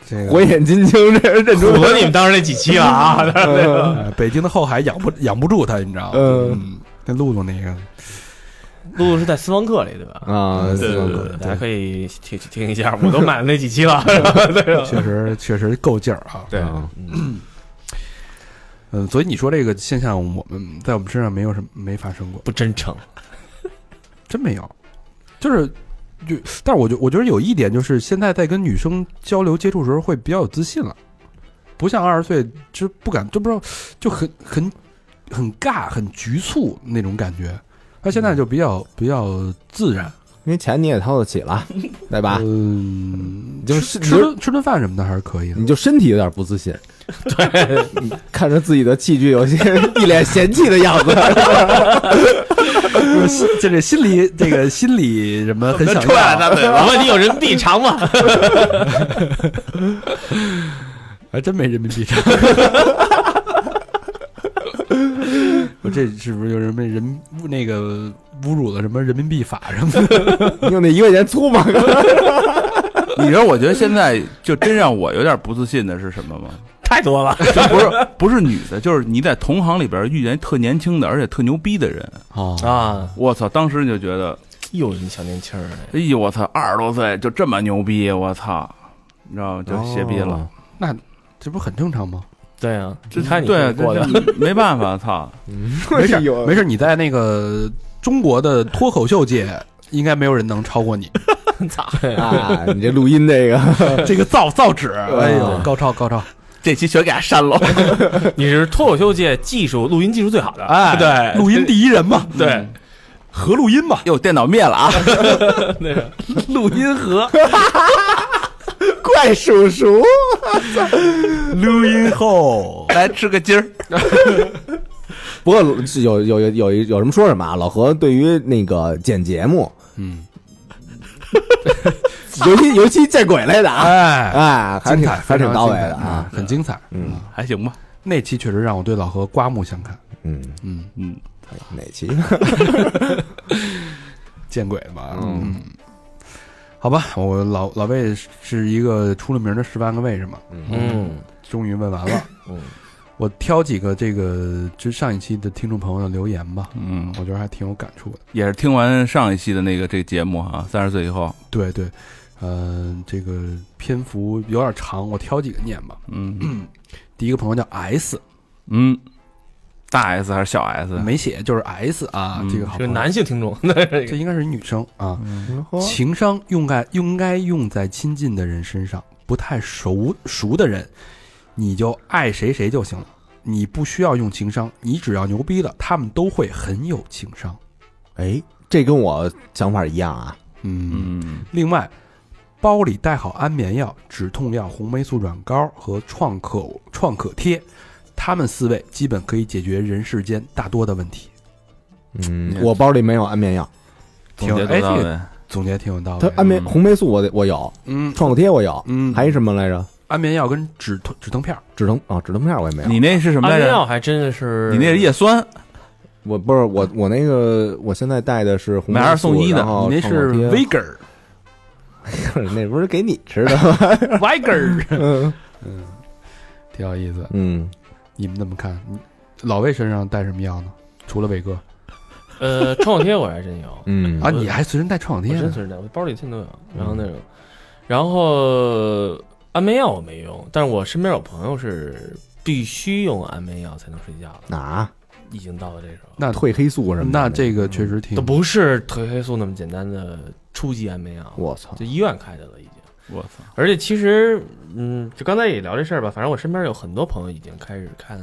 这个火眼金睛这认出符合你们当时那几期了啊！呃北京的后海养不养不住他，你知道吗？嗯嗯，那露露那个，露露是在斯旺克里，对吧？啊，对对对大家可以听听一下，我都买了那几期 了。确实确实够劲儿啊。对啊嗯，所以你说这个现象，我们在我们身上没有什么没发生过，不真诚， 真没有，就是就，但是我觉我觉得有一点就是，现在在跟女生交流接触时候会比较有自信了，不像二十岁就不敢，就不知道就很很很尬、很局促那种感觉。他现在就比较比较自然，因为钱你也掏得起了，对啊吧？嗯，你就吃是你吃就顿吃顿饭什么的还是可以的你。就身体有点不自 信，对，看着自己的器具有些 一脸嫌弃的样子， 就这心理这个心理什么很想出来要，大嘴巴我问你有人民币长 吗？还真没人民币差。我这是不是有什么人那个侮辱了什么人民币法什么的？用那一块钱粗吗？你知道我觉得现在就真让我有点不自信的是什么吗？太多了，就不是 不是女的，就是你在同行里边遇见特年轻的，而且特牛逼的人，哦，啊！我操！当时你就觉得，又一小年轻儿，哎呦我操，二十多岁就这么牛逼，我操！你知道吗？就哦歇逼了，那这不很正常吗？对啊，这你看你对这过的，这没办法，操！没 事哎呦儿，没事儿，你在那个中国的脱口秀界，应该没有人能超过你。 啊！你这录音这个， 这个造造纸，哎呦啊，高超高超，这期全给他删 了，你是脱口秀界技术录音技术最好的，哎，对 录音第一人嘛，对，嗯合录音嘛，哟，电脑灭了啊！ 那个 录音盒，怪叔叔，录音后，来吃个鸡儿，不过有有有有有什么说什么啊？老何对于那个剪节目， 嗯，尤其尤其见鬼类的啊，哎，哎，还精挺彩，还挺非常到位精彩的啊，，很精彩。嗯还行吧，那期确实让我对老何刮目相看，嗯，嗯，嗯，哪期？见鬼吧，嗯。好吧，我老老魏是一个出了名的十万个为什么，嗯，终于问完了。嗯，我挑几个这个就上一期的听众朋友的留言吧，嗯，我觉得还挺有感触的。也是听完上一期的那个这个节目啊，三十岁以后，对对，呃，这个篇幅有点长，我挑几个念吧。嗯第一个朋友叫 S，嗯，大 S 还是小 S？没写就是 S 啊，嗯这个好是个朋友男性 听众，这应该是女生啊。哦情商用在应该用在亲近的人身上，不太熟熟的人，你就爱谁谁就行了，你不需要用情商，你只要牛逼了，他们都会很有情商。哎，这跟我想法一样啊，嗯，嗯，另外，包里带好安眠药、止痛药、红霉素软膏和创可创可贴，他们四位基本可以解决人世间大多的问题。嗯，我包里没有安眠药，总挺结哎多到这位，总结挺有道理它的。安眠嗯红霉素我得我有，嗯，创可贴我有，嗯还有什么来着？安眠药跟止痛止疼片儿止疼啊，止疼片我也没有。你那是什么安来眠着？药还真的是，你那是叶酸，我不是我我那个我现在带的是红买二送一的你那是 v Vigor 那不是给你吃的？ Vigor，嗯挺有意思。嗯，你们怎么看？你老魏身上带什么药呢？除了伟哥呃，创可贴我还真有， 嗯啊，我你还随身带创可我贴真呢？存在，我包里现在都有。然后那种，然后安眠药我没用，但是我身边有朋友是必须用安眠药才能睡觉的，哪已经到了这种，那啊褪黑素什么的？嗯那这个确实挺都不是褪黑素那么简单的初级安眠药，我操就医院开的了已经。我操，而且其实，嗯，就刚才也聊这事儿吧，反正我身边有很多朋友已经开始看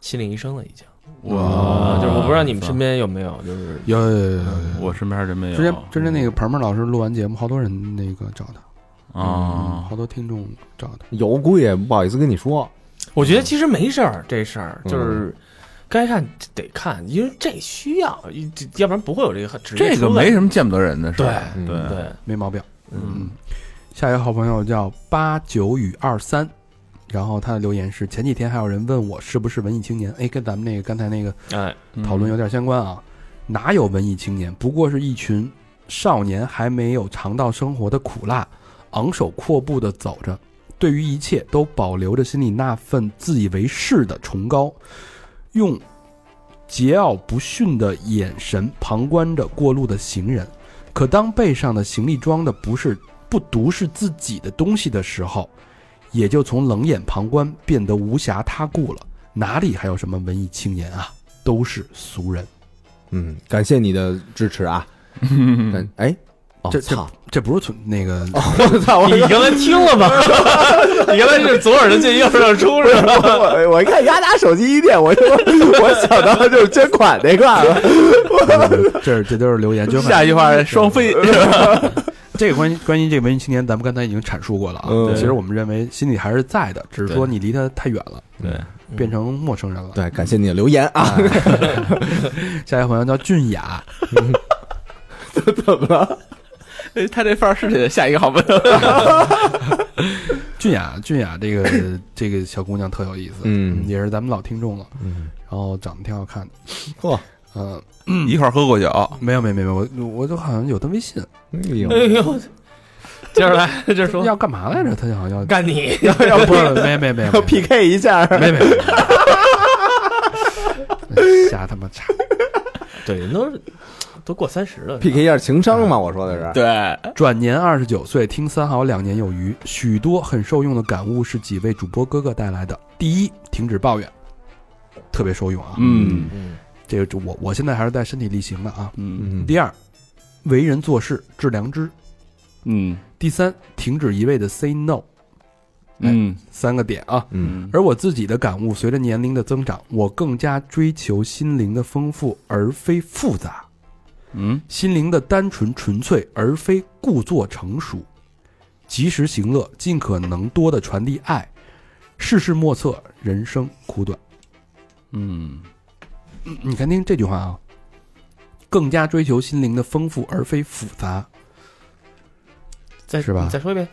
心理医生了，已经。啊，哇就是我不知道你们身边有没有，就是有有有有有有。我身边还真嗯没有。之前之前那个鹏鹏老师录完节目，好多人那个找他嗯啊，好多听众找他。有贵也不好意思跟你说，我觉得其实没事儿，这事儿就是该看得看，因为这需要，这要不然不会有这个职业这出个问没题。什么见不得人的事儿。嗯对对，没毛病。嗯，下一个好朋友叫八九与二三，然后他的留言是：前几天还有人问我是不是文艺青年，哎，跟咱们那个刚才那个哎，嗯讨论有点相关啊。哪有文艺青年？不过是一群少年还没有尝到生活的苦辣，昂首阔步地走着，对于一切都保留着心里那份自以为是的崇高，用桀骜不驯的眼神旁观着过路的行人。可当背上的行李装的不是不独是自己的东西的时候，也就从冷眼旁观变得无暇他顾了。哪里还有什么文艺青年啊？都是俗人。嗯，感谢你的支持啊！嗯，哎，哦这这操，这不是存那 个，我操，我你刚才听了吗？你刚才是左耳朵进右耳朵出是吧？ 我我一看丫拿手机一电，我就我想到就是捐款那块儿了。这这都是留言。就下一句话双飞， 这个关于关于这个文艺青年，咱们刚才已经阐述过了啊。嗯其实我们认为心里还是在的，只是说你离他太远了，对变成陌生人了。对，感谢你的留言啊！下一个朋友叫俊雅，怎么了？他这范儿是得下一个好朋友。 俊雅，俊雅，这个 这个小姑娘特有意思，嗯也是咱们老听众了，嗯，然后长得挺好看的，嚯，嗯，一块儿喝过酒，没有没有没有，我我就好像有她微信，哎哎呦， 呦，接着来， 接着说，要干嘛来着？她就好像要干 你！要要不是没没没要 PK 一下，没没 没，瞎他妈扯。对，人都是都过三十了 PK 一下情商嘛，我说的是。对，转年二十九岁，听三好两年有余，许多很受用的感悟是几位主播哥哥带来的。第一，停止抱怨，特别受用啊！嗯嗯，这个我我现在还是在身体力行的啊。嗯嗯，第二，为人做事致良知。嗯第三，停止一味的 say no，嗯三个点啊。嗯，嗯而我自己的感悟，随着年龄的增长，我更加追求心灵的丰富而非复杂。嗯心灵的单纯纯粹，而非故作成熟。及时行乐，尽可能多的传递爱。世事莫测，人生苦短。嗯嗯你看，听这句话啊，更加追求心灵的丰富，而非复杂。再是吧你再说一遍。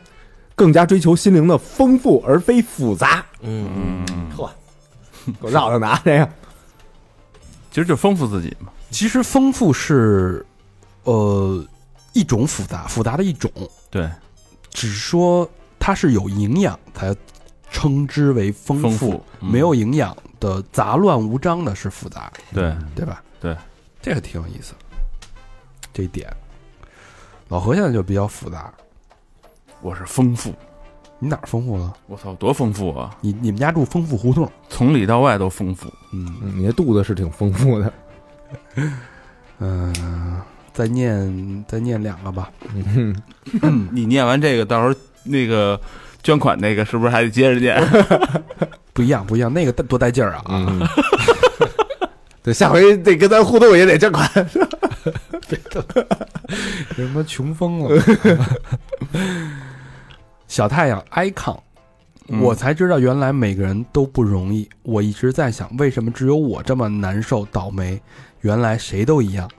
更加追求心灵的丰富而非复杂。嗯，嗯，嚯，给我绕着拿这个，其实就丰富自己嘛。其实丰富是，呃，一种复杂，复杂的一种，对，只是说它是有营养才称之为丰富，丰富嗯没有营养的杂乱无章的是复杂。对，对吧？对，这个挺有意思，这一点。老何现在就比较复杂，我是丰富，你哪儿丰富了？我操，多丰富啊！你你们家住丰富胡同，从里到外都丰富。嗯嗯你这肚子是挺丰富的。嗯、呃再念再念两个吧。嗯，你念完这个，到时候那个捐款那个是不是还得接着念？ 不一样不一样，那个多带劲儿啊！嗯， 对，下回得跟咱互动也得这款。什么穷疯 了？小太阳 icon，嗯我才知道原来每个人都不容易。我一直在想，为什么只有我这么难受倒霉？原来谁都一样，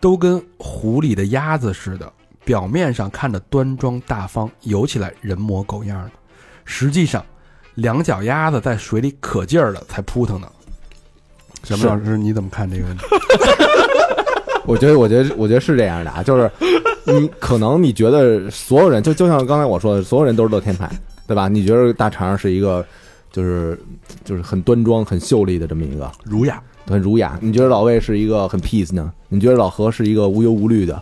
都跟湖里的鸭子似的，表面上看着端庄大方，游起来人模狗样的，实际上两脚丫子在水里可劲儿了才扑腾呢。小明是老师，你怎么看这个问题？ 我觉得，我觉得，我觉得是这样的啊， 就是你可能你觉得所有人，就就像刚才我说的，所有人都是乐天派，对吧？你觉得大肠是一个，就是就是很端庄、很秀丽的这么一个，儒雅，很儒雅。你觉得老魏是一个很 peace 呢？你觉得老何是一个无忧无虑的？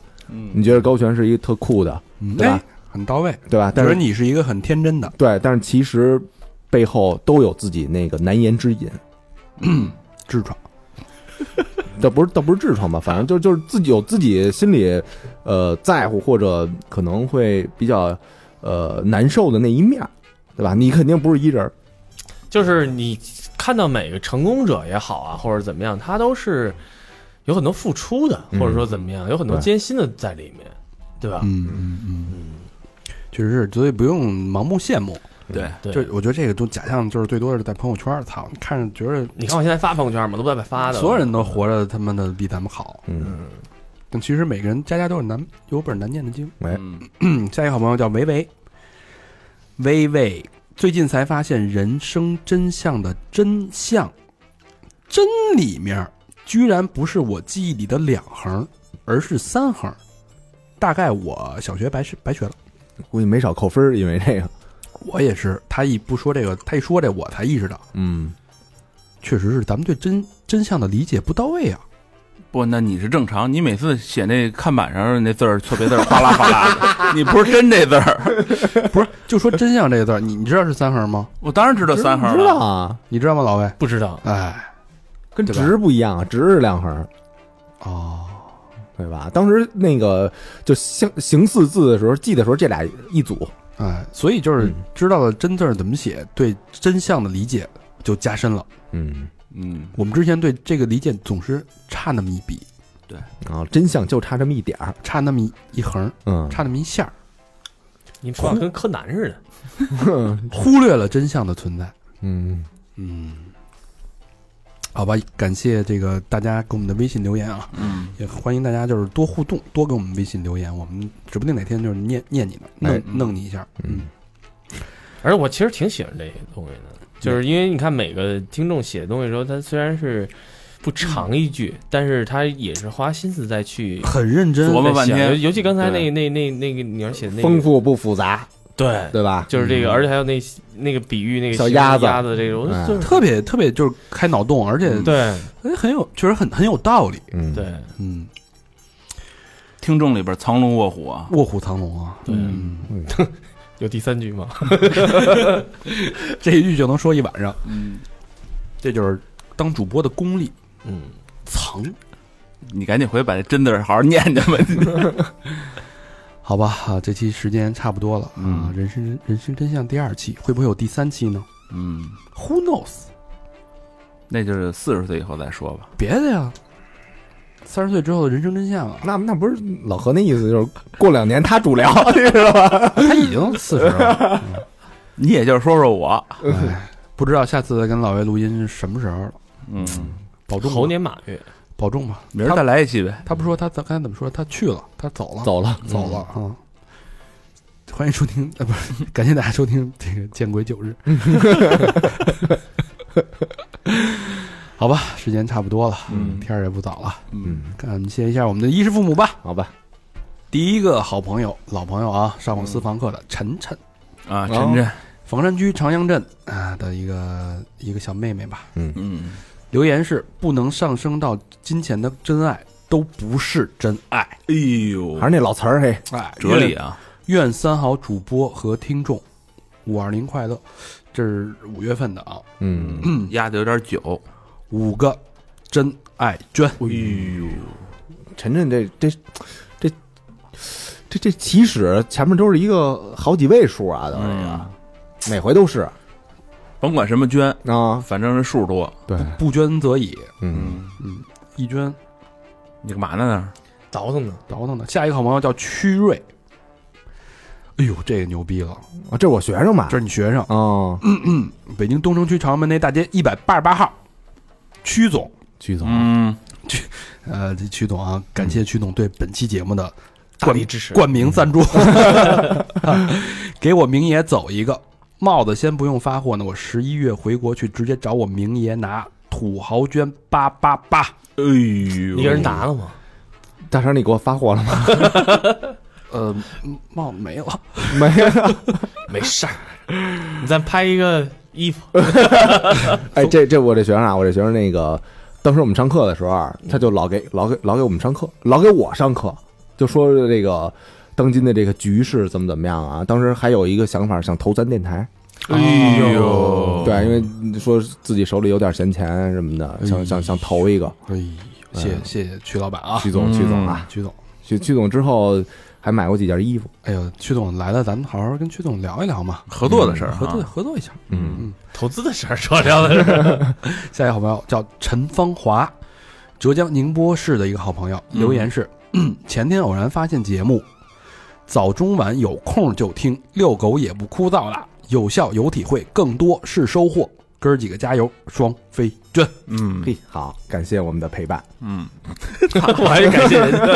你觉得高璇是一个特酷的，嗯对吧哎，很到位。对啊吧？但但是是你是一个很天真的，对，但是其实背后都有自己那个难言之隐，痔疮。这不是倒不是痔疮吧，反正就就是自己有自己心里呃在乎或者可能会比较呃难受的那一面儿，对吧？你肯定不是一人儿，就是你看到每个成功者也好啊，或者怎么样，他都是有很多付出的，嗯或者说怎么样，有很多对艰辛的在里面，对吧？嗯嗯嗯，确实是，所以不用盲目羡慕。对，对就我觉得这个就假象就是最多是在朋友圈儿，操，你看着觉得你看我现在发朋友圈嘛，都不带发的，所有人都活着他妈的比咱们好，嗯，但其实每个人家家都有难有本难念的经。哎，嗯，嗯，下一个好朋友叫维维，维维最近才发现人生真相的真相，真里面居然不是我记忆里的两横，而是三横。大概我小学白是白学了，估计没少扣分儿，因为这个，我也是。他一不说这个，他一说这我才意识到，嗯，确实是咱们对真真相的理解不到位啊。不，那你是正常，你每次写那看板上那字儿错别字儿哗啦哗 啦的，你不是真这字儿，不是，就说真相这个字儿，你你知道是三横吗？我当然知道三横知道了，啊，你知道吗，老魏？不知道，哎，跟对吧直不一样啊，直是两横，哦，对吧？当时那个就形形似字的时候，记的时候这俩一组，哎，所以就是嗯知道了真字儿怎么写，对真相的理解就加深了。嗯，嗯，我们之前对这个理解总是差那么一笔，然后嗯啊真相就差这么一点儿，差那么一一横，嗯，差那么一下儿，你说话跟柯南似的，忽略了真相的存在。嗯，嗯，好吧，感谢这个大家给我们的微信留言啊，嗯，也欢迎大家就是多互动，多给我们微信留言，我们指不定哪天就是念念你呢，哎弄弄你一下。嗯，而且我其实挺喜欢这些东西的，嗯就是因为你看每个听众写东西的时候，他虽然是不长一句，但是他也是花心思再去很认真琢，磨半想天，尤其刚才那对那那那个你要写的那个丰，富不复杂，对，对吧？就是这个，嗯而且还有那那个比喻那个小形容鸭子鸭子这种，哎就是特别特别就是开脑洞，而且对哎很有，确实很很有道理。嗯，对，嗯，听众里边藏龙卧虎啊，卧虎藏龙啊，对嗯，有第三句吗？这一句就能说一晚上，嗯，这就是当主播的功力。嗯，藏，你赶紧回去把这真字儿好好念念 吧，好吧，啊，这期时间差不多了啊，嗯人生人生真相第二期会不会有第三期呢嗯， ？Who knows？那就是四十岁以后再说吧，别的呀，三十岁之后的人生真相啊，那那不是老何那意思，就是过两年他主聊， 你知道吧？哎他已经四十了，你也就是说说我，哎 不知道下次再跟老魏录音是什么时候了。嗯，保重吧猴年马月，哎保重吧，明儿再来一期呗，他不说他他刚才怎么说？他去了，他走了，走了，走了啊！欢迎收听，啊，不是，感谢大家收听这个《见鬼九日》。 好吧，时间差不多了，嗯天儿也不早了，嗯，感谢一下我们的衣食父母吧。好吧，第一个好朋友，老朋友啊，上嗯过私房课的晨晨，啊，晨晨，房山区长阳镇啊的一个一个小妹妹吧。嗯，留言是：不能上升到金钱的真爱都不是真爱。哎呦还，是那老词儿，嘿，哎，哲理啊，愿三好主播和听众五二零快乐，这是五月份的啊，嗯，压的有点久，五个真爱捐，哎呦，晨晨这这这这这起始前面都是一个好几位数啊，都是这嗯个，，每回都是甭管什么捐，啊，反正是数多，对，不捐则已，嗯，，一捐你干嘛呢那儿？倒腾呢，倒腾的。下一个好朋友叫曲瑞，哎呦，这个牛逼了，啊这是我学生吧这？是你学生，哦，北京东城区朝阳门那大街一百八十八号，曲总，曲总，嗯，呃，这曲总啊，感谢曲总对本期节目的大冠力支持，冠名赞助，嗯 给我明爷走一个帽子，先不用发货呢，我十一月回国去，直接找我明爷拿土豪捐八八八。哎呦，你给人拿了吗？大成，你给我发货了吗？呃，嗯帽子没了，没有，没事儿，你再拍一个衣 服，哎，这这我这学生啊，我这学生那个，当时我们上课的时候啊，他就老给老给老给我们上课，老给我上课，就说这个当今的这个局势怎么怎么样啊。当时还有一个想法，想投咱电台，哎呦，对，啊因为说自己手里有点闲钱什么的，想想想投一个。哎呦，谢谢谢谢曲老板啊，曲总，嗯曲总啊，曲总，曲曲总之后还买过几件衣服，哎呦，曲总来了，咱们好好跟曲总聊一聊嘛，合作的事儿啊，合作合作一下。嗯投资的事儿说聊的是，下一个好朋友叫陈芳华，浙江宁波市的一个好朋友，嗯留言是： 前天偶然发现节目，早中晚有空就听，遛狗也不枯燥了。有效有体会，更多是收获。哥儿几个加油，双飞娟。嗯嘿，好，感谢我们的陪伴。 嗯，我还是感谢人家。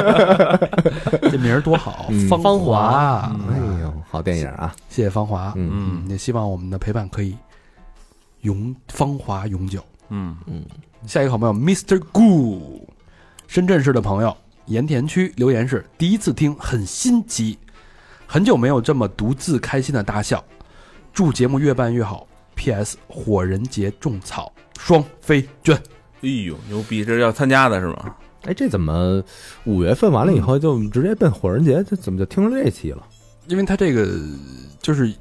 这名儿多好嗯，芳芳华华，哎呦，好电影啊！谢谢芳华，嗯，嗯也希望我们的陪伴可以永芳华永久。嗯下一个好朋友 Mr. Gu，深圳市的朋友，盐田区留言是第一次听，很新奇，很久没有这么独自开心的大笑。祝节目越办越好。P.S. 火人节种草，双飞娟。哎呦，牛逼！这是要参加的是吗？哎，这怎么五月份完了以后就直接奔火人节？这怎么就听着这期了？因为他这个就是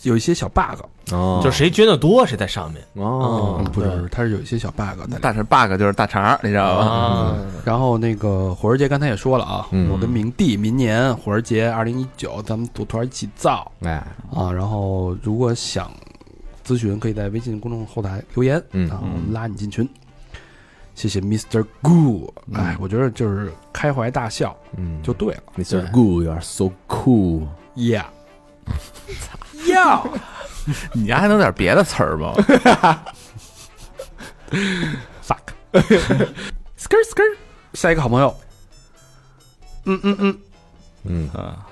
有一些小 bug，哦就谁捐的多，谁在上面哦嗯，不是，它是有一些小 bug 的。大肠 bug 就是大肠，你知道吧？啊。然后那个火儿节刚才也说了啊，嗯我跟明帝明年火儿节二零一九，咱们组团一起造哎，啊。然后如果想咨询，可以在微信公众后台留言，嗯啊，嗯我们拉你进群。谢谢 Mr. Gu，哎，我觉得就是开怀大笑嗯，就对了 Mr. Goo，you are so cool。 ，Yeah。要你家还能点别的词儿 吗？ fuck，skr skr，下一个好朋友，嗯嗯嗯，嗯啊，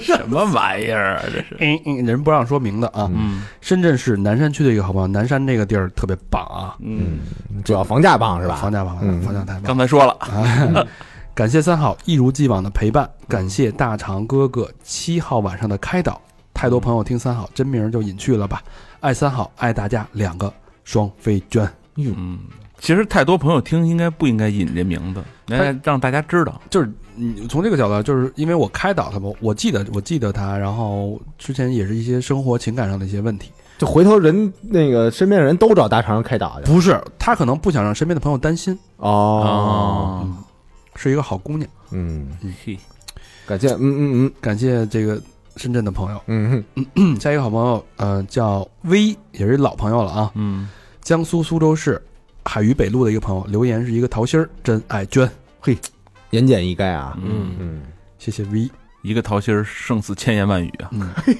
什么玩意儿啊？这是，嗯嗯，人不让说名的啊，嗯深圳市南山区的一个好朋友，南山这个地儿特别棒啊，嗯，主要房价棒是吧？房价棒，啊嗯房价太棒刚。才说了，啊感谢三好一如既往的陪伴，感谢大长哥哥七号晚上的开导。太多朋友听三好真名就隐去了吧，爱三好，爱大家，两个双飞娟。嗯，其实太多朋友听应该不应该引这名字，应该让大家知道。就是嗯你从这个角度，就是因为我开导他们，我记得我记得他，然后之前也是一些生活情感上的一些问题，就回头人那个身边人都找大肠开导去。不是他可能不想让身边的朋友担心，哦，哦，是一个好姑娘。嗯，嘿，感谢，嗯嗯嗯感谢这个深圳的朋友。嗯哼，下一个好朋友，呃，叫 V，也是老朋友了啊，嗯，江苏苏州市海虞北路的一个朋友，留言是一个桃心儿，真爱娟，言简意赅啊。嗯嗯，谢谢 V，一个桃心儿胜似千言万语啊！嗯，是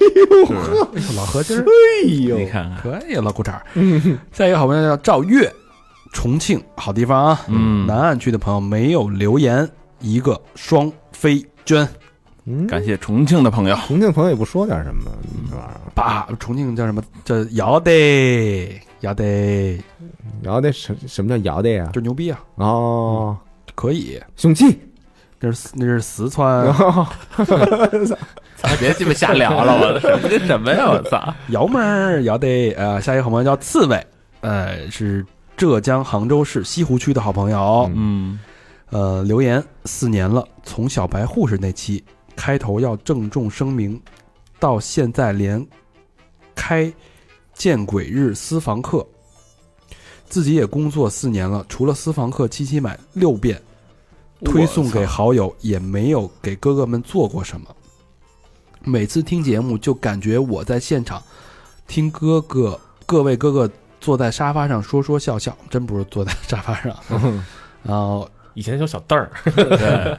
不是老何 今儿哎呦你看看，可以老裤衩儿。下一个好朋友叫赵月，重庆好地方啊，嗯南岸区的朋友没有留言，一个双飞娟，嗯，感谢重庆的朋友，重庆朋友也不说点什么，嗯这玩意儿。爸，重庆叫什么？叫姚得姚得，然后那什什么叫摇的呀？就嗯牛逼啊，哦，可以，凶器。那是那是四川哦 别鸡巴瞎聊了，我什么这什么呀？我操！姚妹儿，姚得，呃，下一个好朋友叫刺猬，呃，是浙江杭州市西湖区的好朋友，嗯，呃，留言四年了，从小白护士那期开头要郑重声明，到现在连开见鬼日私房课，自己也工作四年了，除了私房课七七买六遍，推送给好友，也没有给哥哥们做过什么。每次听节目，就感觉我在现场听哥哥各位哥哥坐在沙发上说说笑笑，真不是坐在沙发上。然后，以前有小凳儿， 对，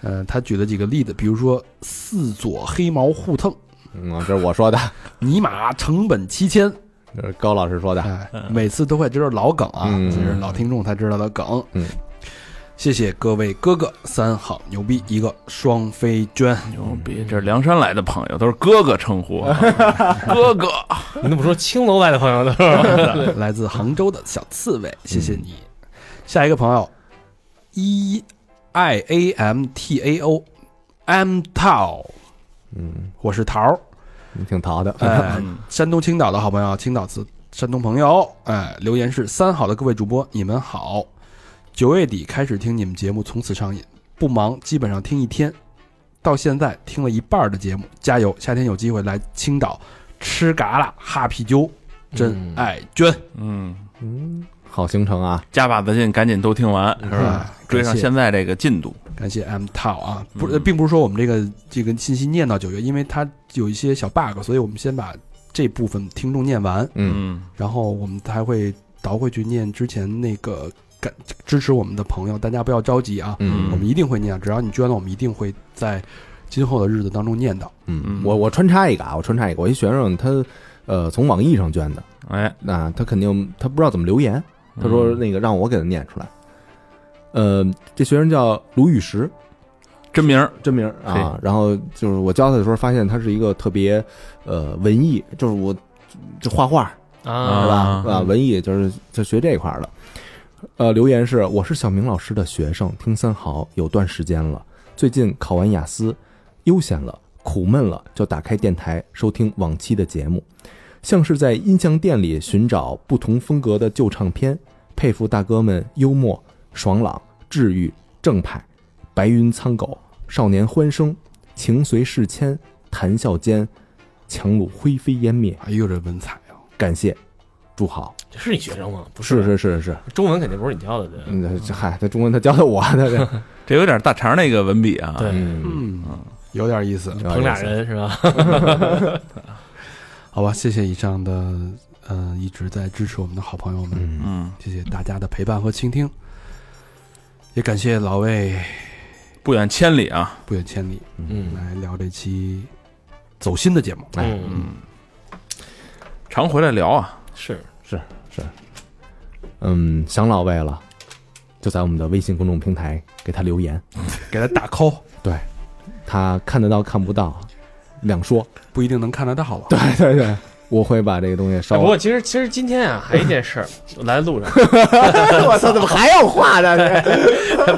嗯、他举了几个例子，比如说四左黑毛互蹭， 嗯，这是我说的，尼玛成本七千，这是高老师说的。哎，每次都会知道老梗啊，嗯这是老听众才知道的梗。嗯，谢谢各位哥哥，三好牛逼，一个双飞娟。牛逼！嗯这是梁山来的朋友，都是哥哥称呼啊，哥哥。你怎么说青楼外的朋友都是？来自杭州的小刺猬，谢嗯谢你。下一个朋友，E I A M T A O M 桃，嗯，我是桃儿，你挺淘的。哎嗯，山东青岛的好朋友，青岛自山东朋友，哎，留言是三好的各位主播，你们好，九月底开始听你们节目，从此上瘾，不忙，基本上听一天，到现在听了一半儿的节目，加油，夏天有机会来青岛吃嘎啦哈啤酒，真嗯爱娟。嗯，嗯，好行程啊。加把子劲，赶紧都听完，是吧？哎追上感谢现在这个进度。感谢 M Tao 啊，不是，嗯并不是说我们这个这个信息念到九月，因为它有一些小 bug，所以我们先把这部分听众念完，嗯，嗯然后我们才会倒回去念之前那个感支持我们的朋友，大家不要着急啊，嗯我们一定会念，只要你捐了，我们一定会在今后的日子当中念叨。嗯嗯，我我穿插一个啊，我穿插一个，我一学生他呃从网易上捐的，哎，那他肯定他不知道怎么留言，嗯他说那个让我给他念出来。呃，这学生叫卢玉石，真名儿真名儿啊。然后就是我教他的时候，发现他是一个特别呃文艺，就是我这画画啊是吧？啊啊，文艺就是就学这一块儿的。呃，留言是我是小明老师的学生，听三好有段时间了，最近考完雅思，悠闲了，苦闷了，就打开电台收听往期的节目，像是在音像店里寻找不同风格的旧唱片，佩服大哥们幽默、爽朗、治愈、正派，白云苍狗，少年欢声，情随事牵，谈笑间，樯橹灰飞烟灭。哎呦，这文采啊！感谢，祝好。这是你学生吗？不是是是是，中文肯定不是你教的，对。嗯，这嗨，他中文他教的我 的，这这有点大肠那个文笔啊。对嗯，嗯，有点意思。捧俩人是吧？好吧，谢谢以上的呃一直在支持我们的好朋友们，嗯，嗯，谢谢大家的陪伴和倾听，也感谢老魏不远千里啊。不远千里嗯来聊这期走心的节目。哎嗯，嗯，常回来聊啊。是嗯，想老魏了，就在我们的微信公众平台给他留言，给他打 call，他看得到看不到，两说。不一定能看得到了。对对对，我会把这个东西哎稍不过其实其实今天啊，还有一件事儿，我来路上， 我操，怎么还有话呢？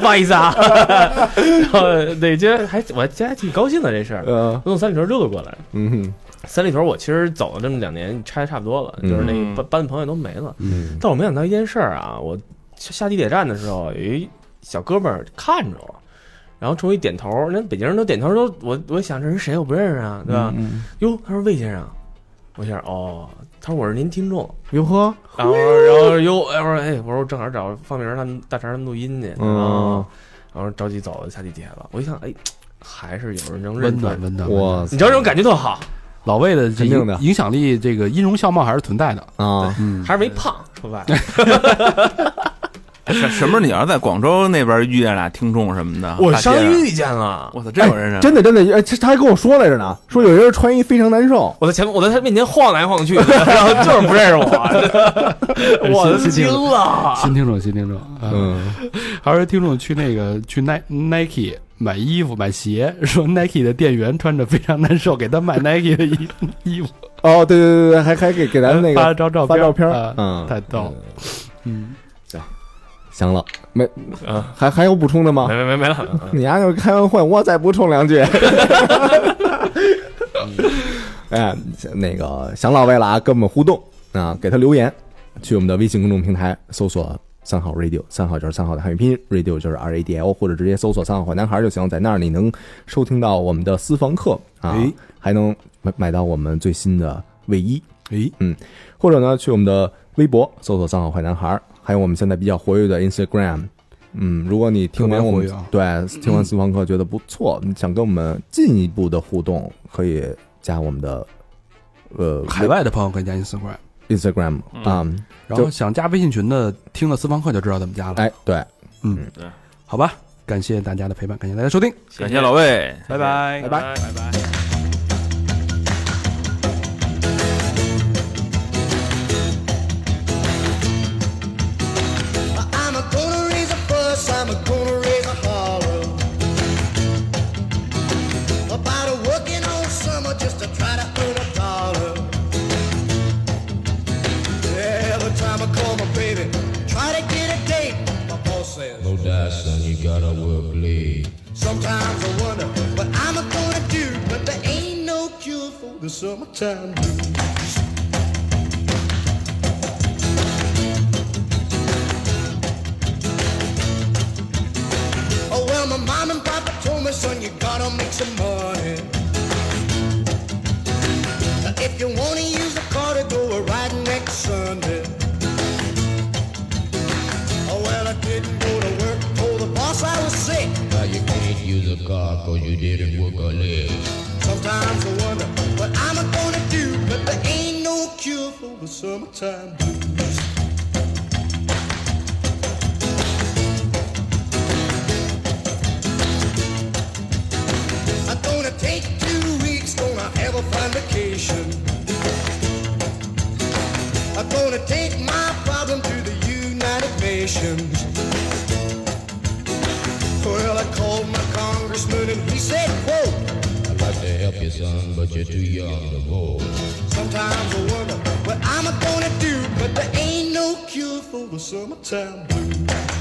不好意思啊， 然后那今天还我今天还挺高兴的这事儿，呃，我从三里屯溜达过来，嗯哼三里屯我其实走了这么两年，拆的差不多了，就是那嗯班班的朋友都没了。嗯但我没想到一件事儿啊，我下下地铁站的时候，有一小哥们儿看着我，然后冲我一点头，人家北京人都点头都，我我想这是谁，我不认识啊，对吧？哟、他说魏先生，我想哦，他说我是您听众，哟呵，然后然后哟，哎我说哎，我说我正好找方明儿他们大肠他们录音去，啊嗯，然后着急走下地铁了，我一想哎，还是有人能认温出来暖，温暖，我嗯你知道这种感觉特好，老魏的这肯定的影影响力，这个音容笑貌还是存在 的。啊，嗯，还是没胖，说白了。哎什什么时候你要是在广州那边遇见俩听众什么的，我大街啊上上，遇见了，我操，真有人认识。真的真的，哎，他还跟我说来着呢，说有一人穿衣非常难受，我在前面，我在他面前晃来晃去，然后就是不认识 我，我都惊了。新听众，新听众，嗯，嗯，还有听众去那个去 Ni- Nike 买衣服买鞋，说 Nike 的店员穿着非常难受，给他买 Nike 的衣 衣服，哦，对对对对，还还给给咱们那发个了张照发片，照片啊，嗯，太逗了，嗯，行了，没啊，还还有补充的吗没？没没没了， 你丫就是开完会，我再补充两句。 哎，那个想老魏了啊，跟我们互动啊，给他留言，去我们的微信公众平台搜索“三好 radio”，三好就是三好的汉语拼音，radio 就是 R A D I O，或者直接搜索“三好坏男孩”就行，在那儿你能收听到我们的私房课啊，哎还能买买到我们最新的卫衣。嗯诶，或者呢，去我们的微博搜索“三好坏男孩儿”，还有我们现在比较活跃的 Instagram。嗯，如果你听完我特们别活跃啊对听完私房课觉得不错，你想跟我们进一步的互动，可以加我们的呃海外嗯的朋友可以加 Instagram， Instagram 啊、然后想加微信群的，听了私房课就知道怎么加了。哎，对，嗯，对好吧，感谢大家的陪伴，感谢大家收听。感谢老魏，拜拜拜拜拜拜。 I'm a gonna raise a fuss, I'm a gonna raise a holler about a working all summer just to try to earn a dollar. Every time I call my baby, try to get a date, my boss says. No die, son, you gotta work late. Sometimes I wonder what I'm a gonna do, but there ain't no cure for the summertime blues. Oh well, my mom and papa told me, son, you gotta make some money. If you wanna use the car to go a ride next Sunday. Oh well, I didn't go to work, told the boss I was sick. Now you can't use a car cause you didn't work a lick. Sometimes I wonder what I'm a gonna do, but there ain't no cure for the summertime blues. I'm gonna regulations. Well, I called my congressman and he said, quote, I'd like to help you, son, but you're too young to vote. sometimes I wonder what I'm gonna do, but there ain't no cure for the summertime blues.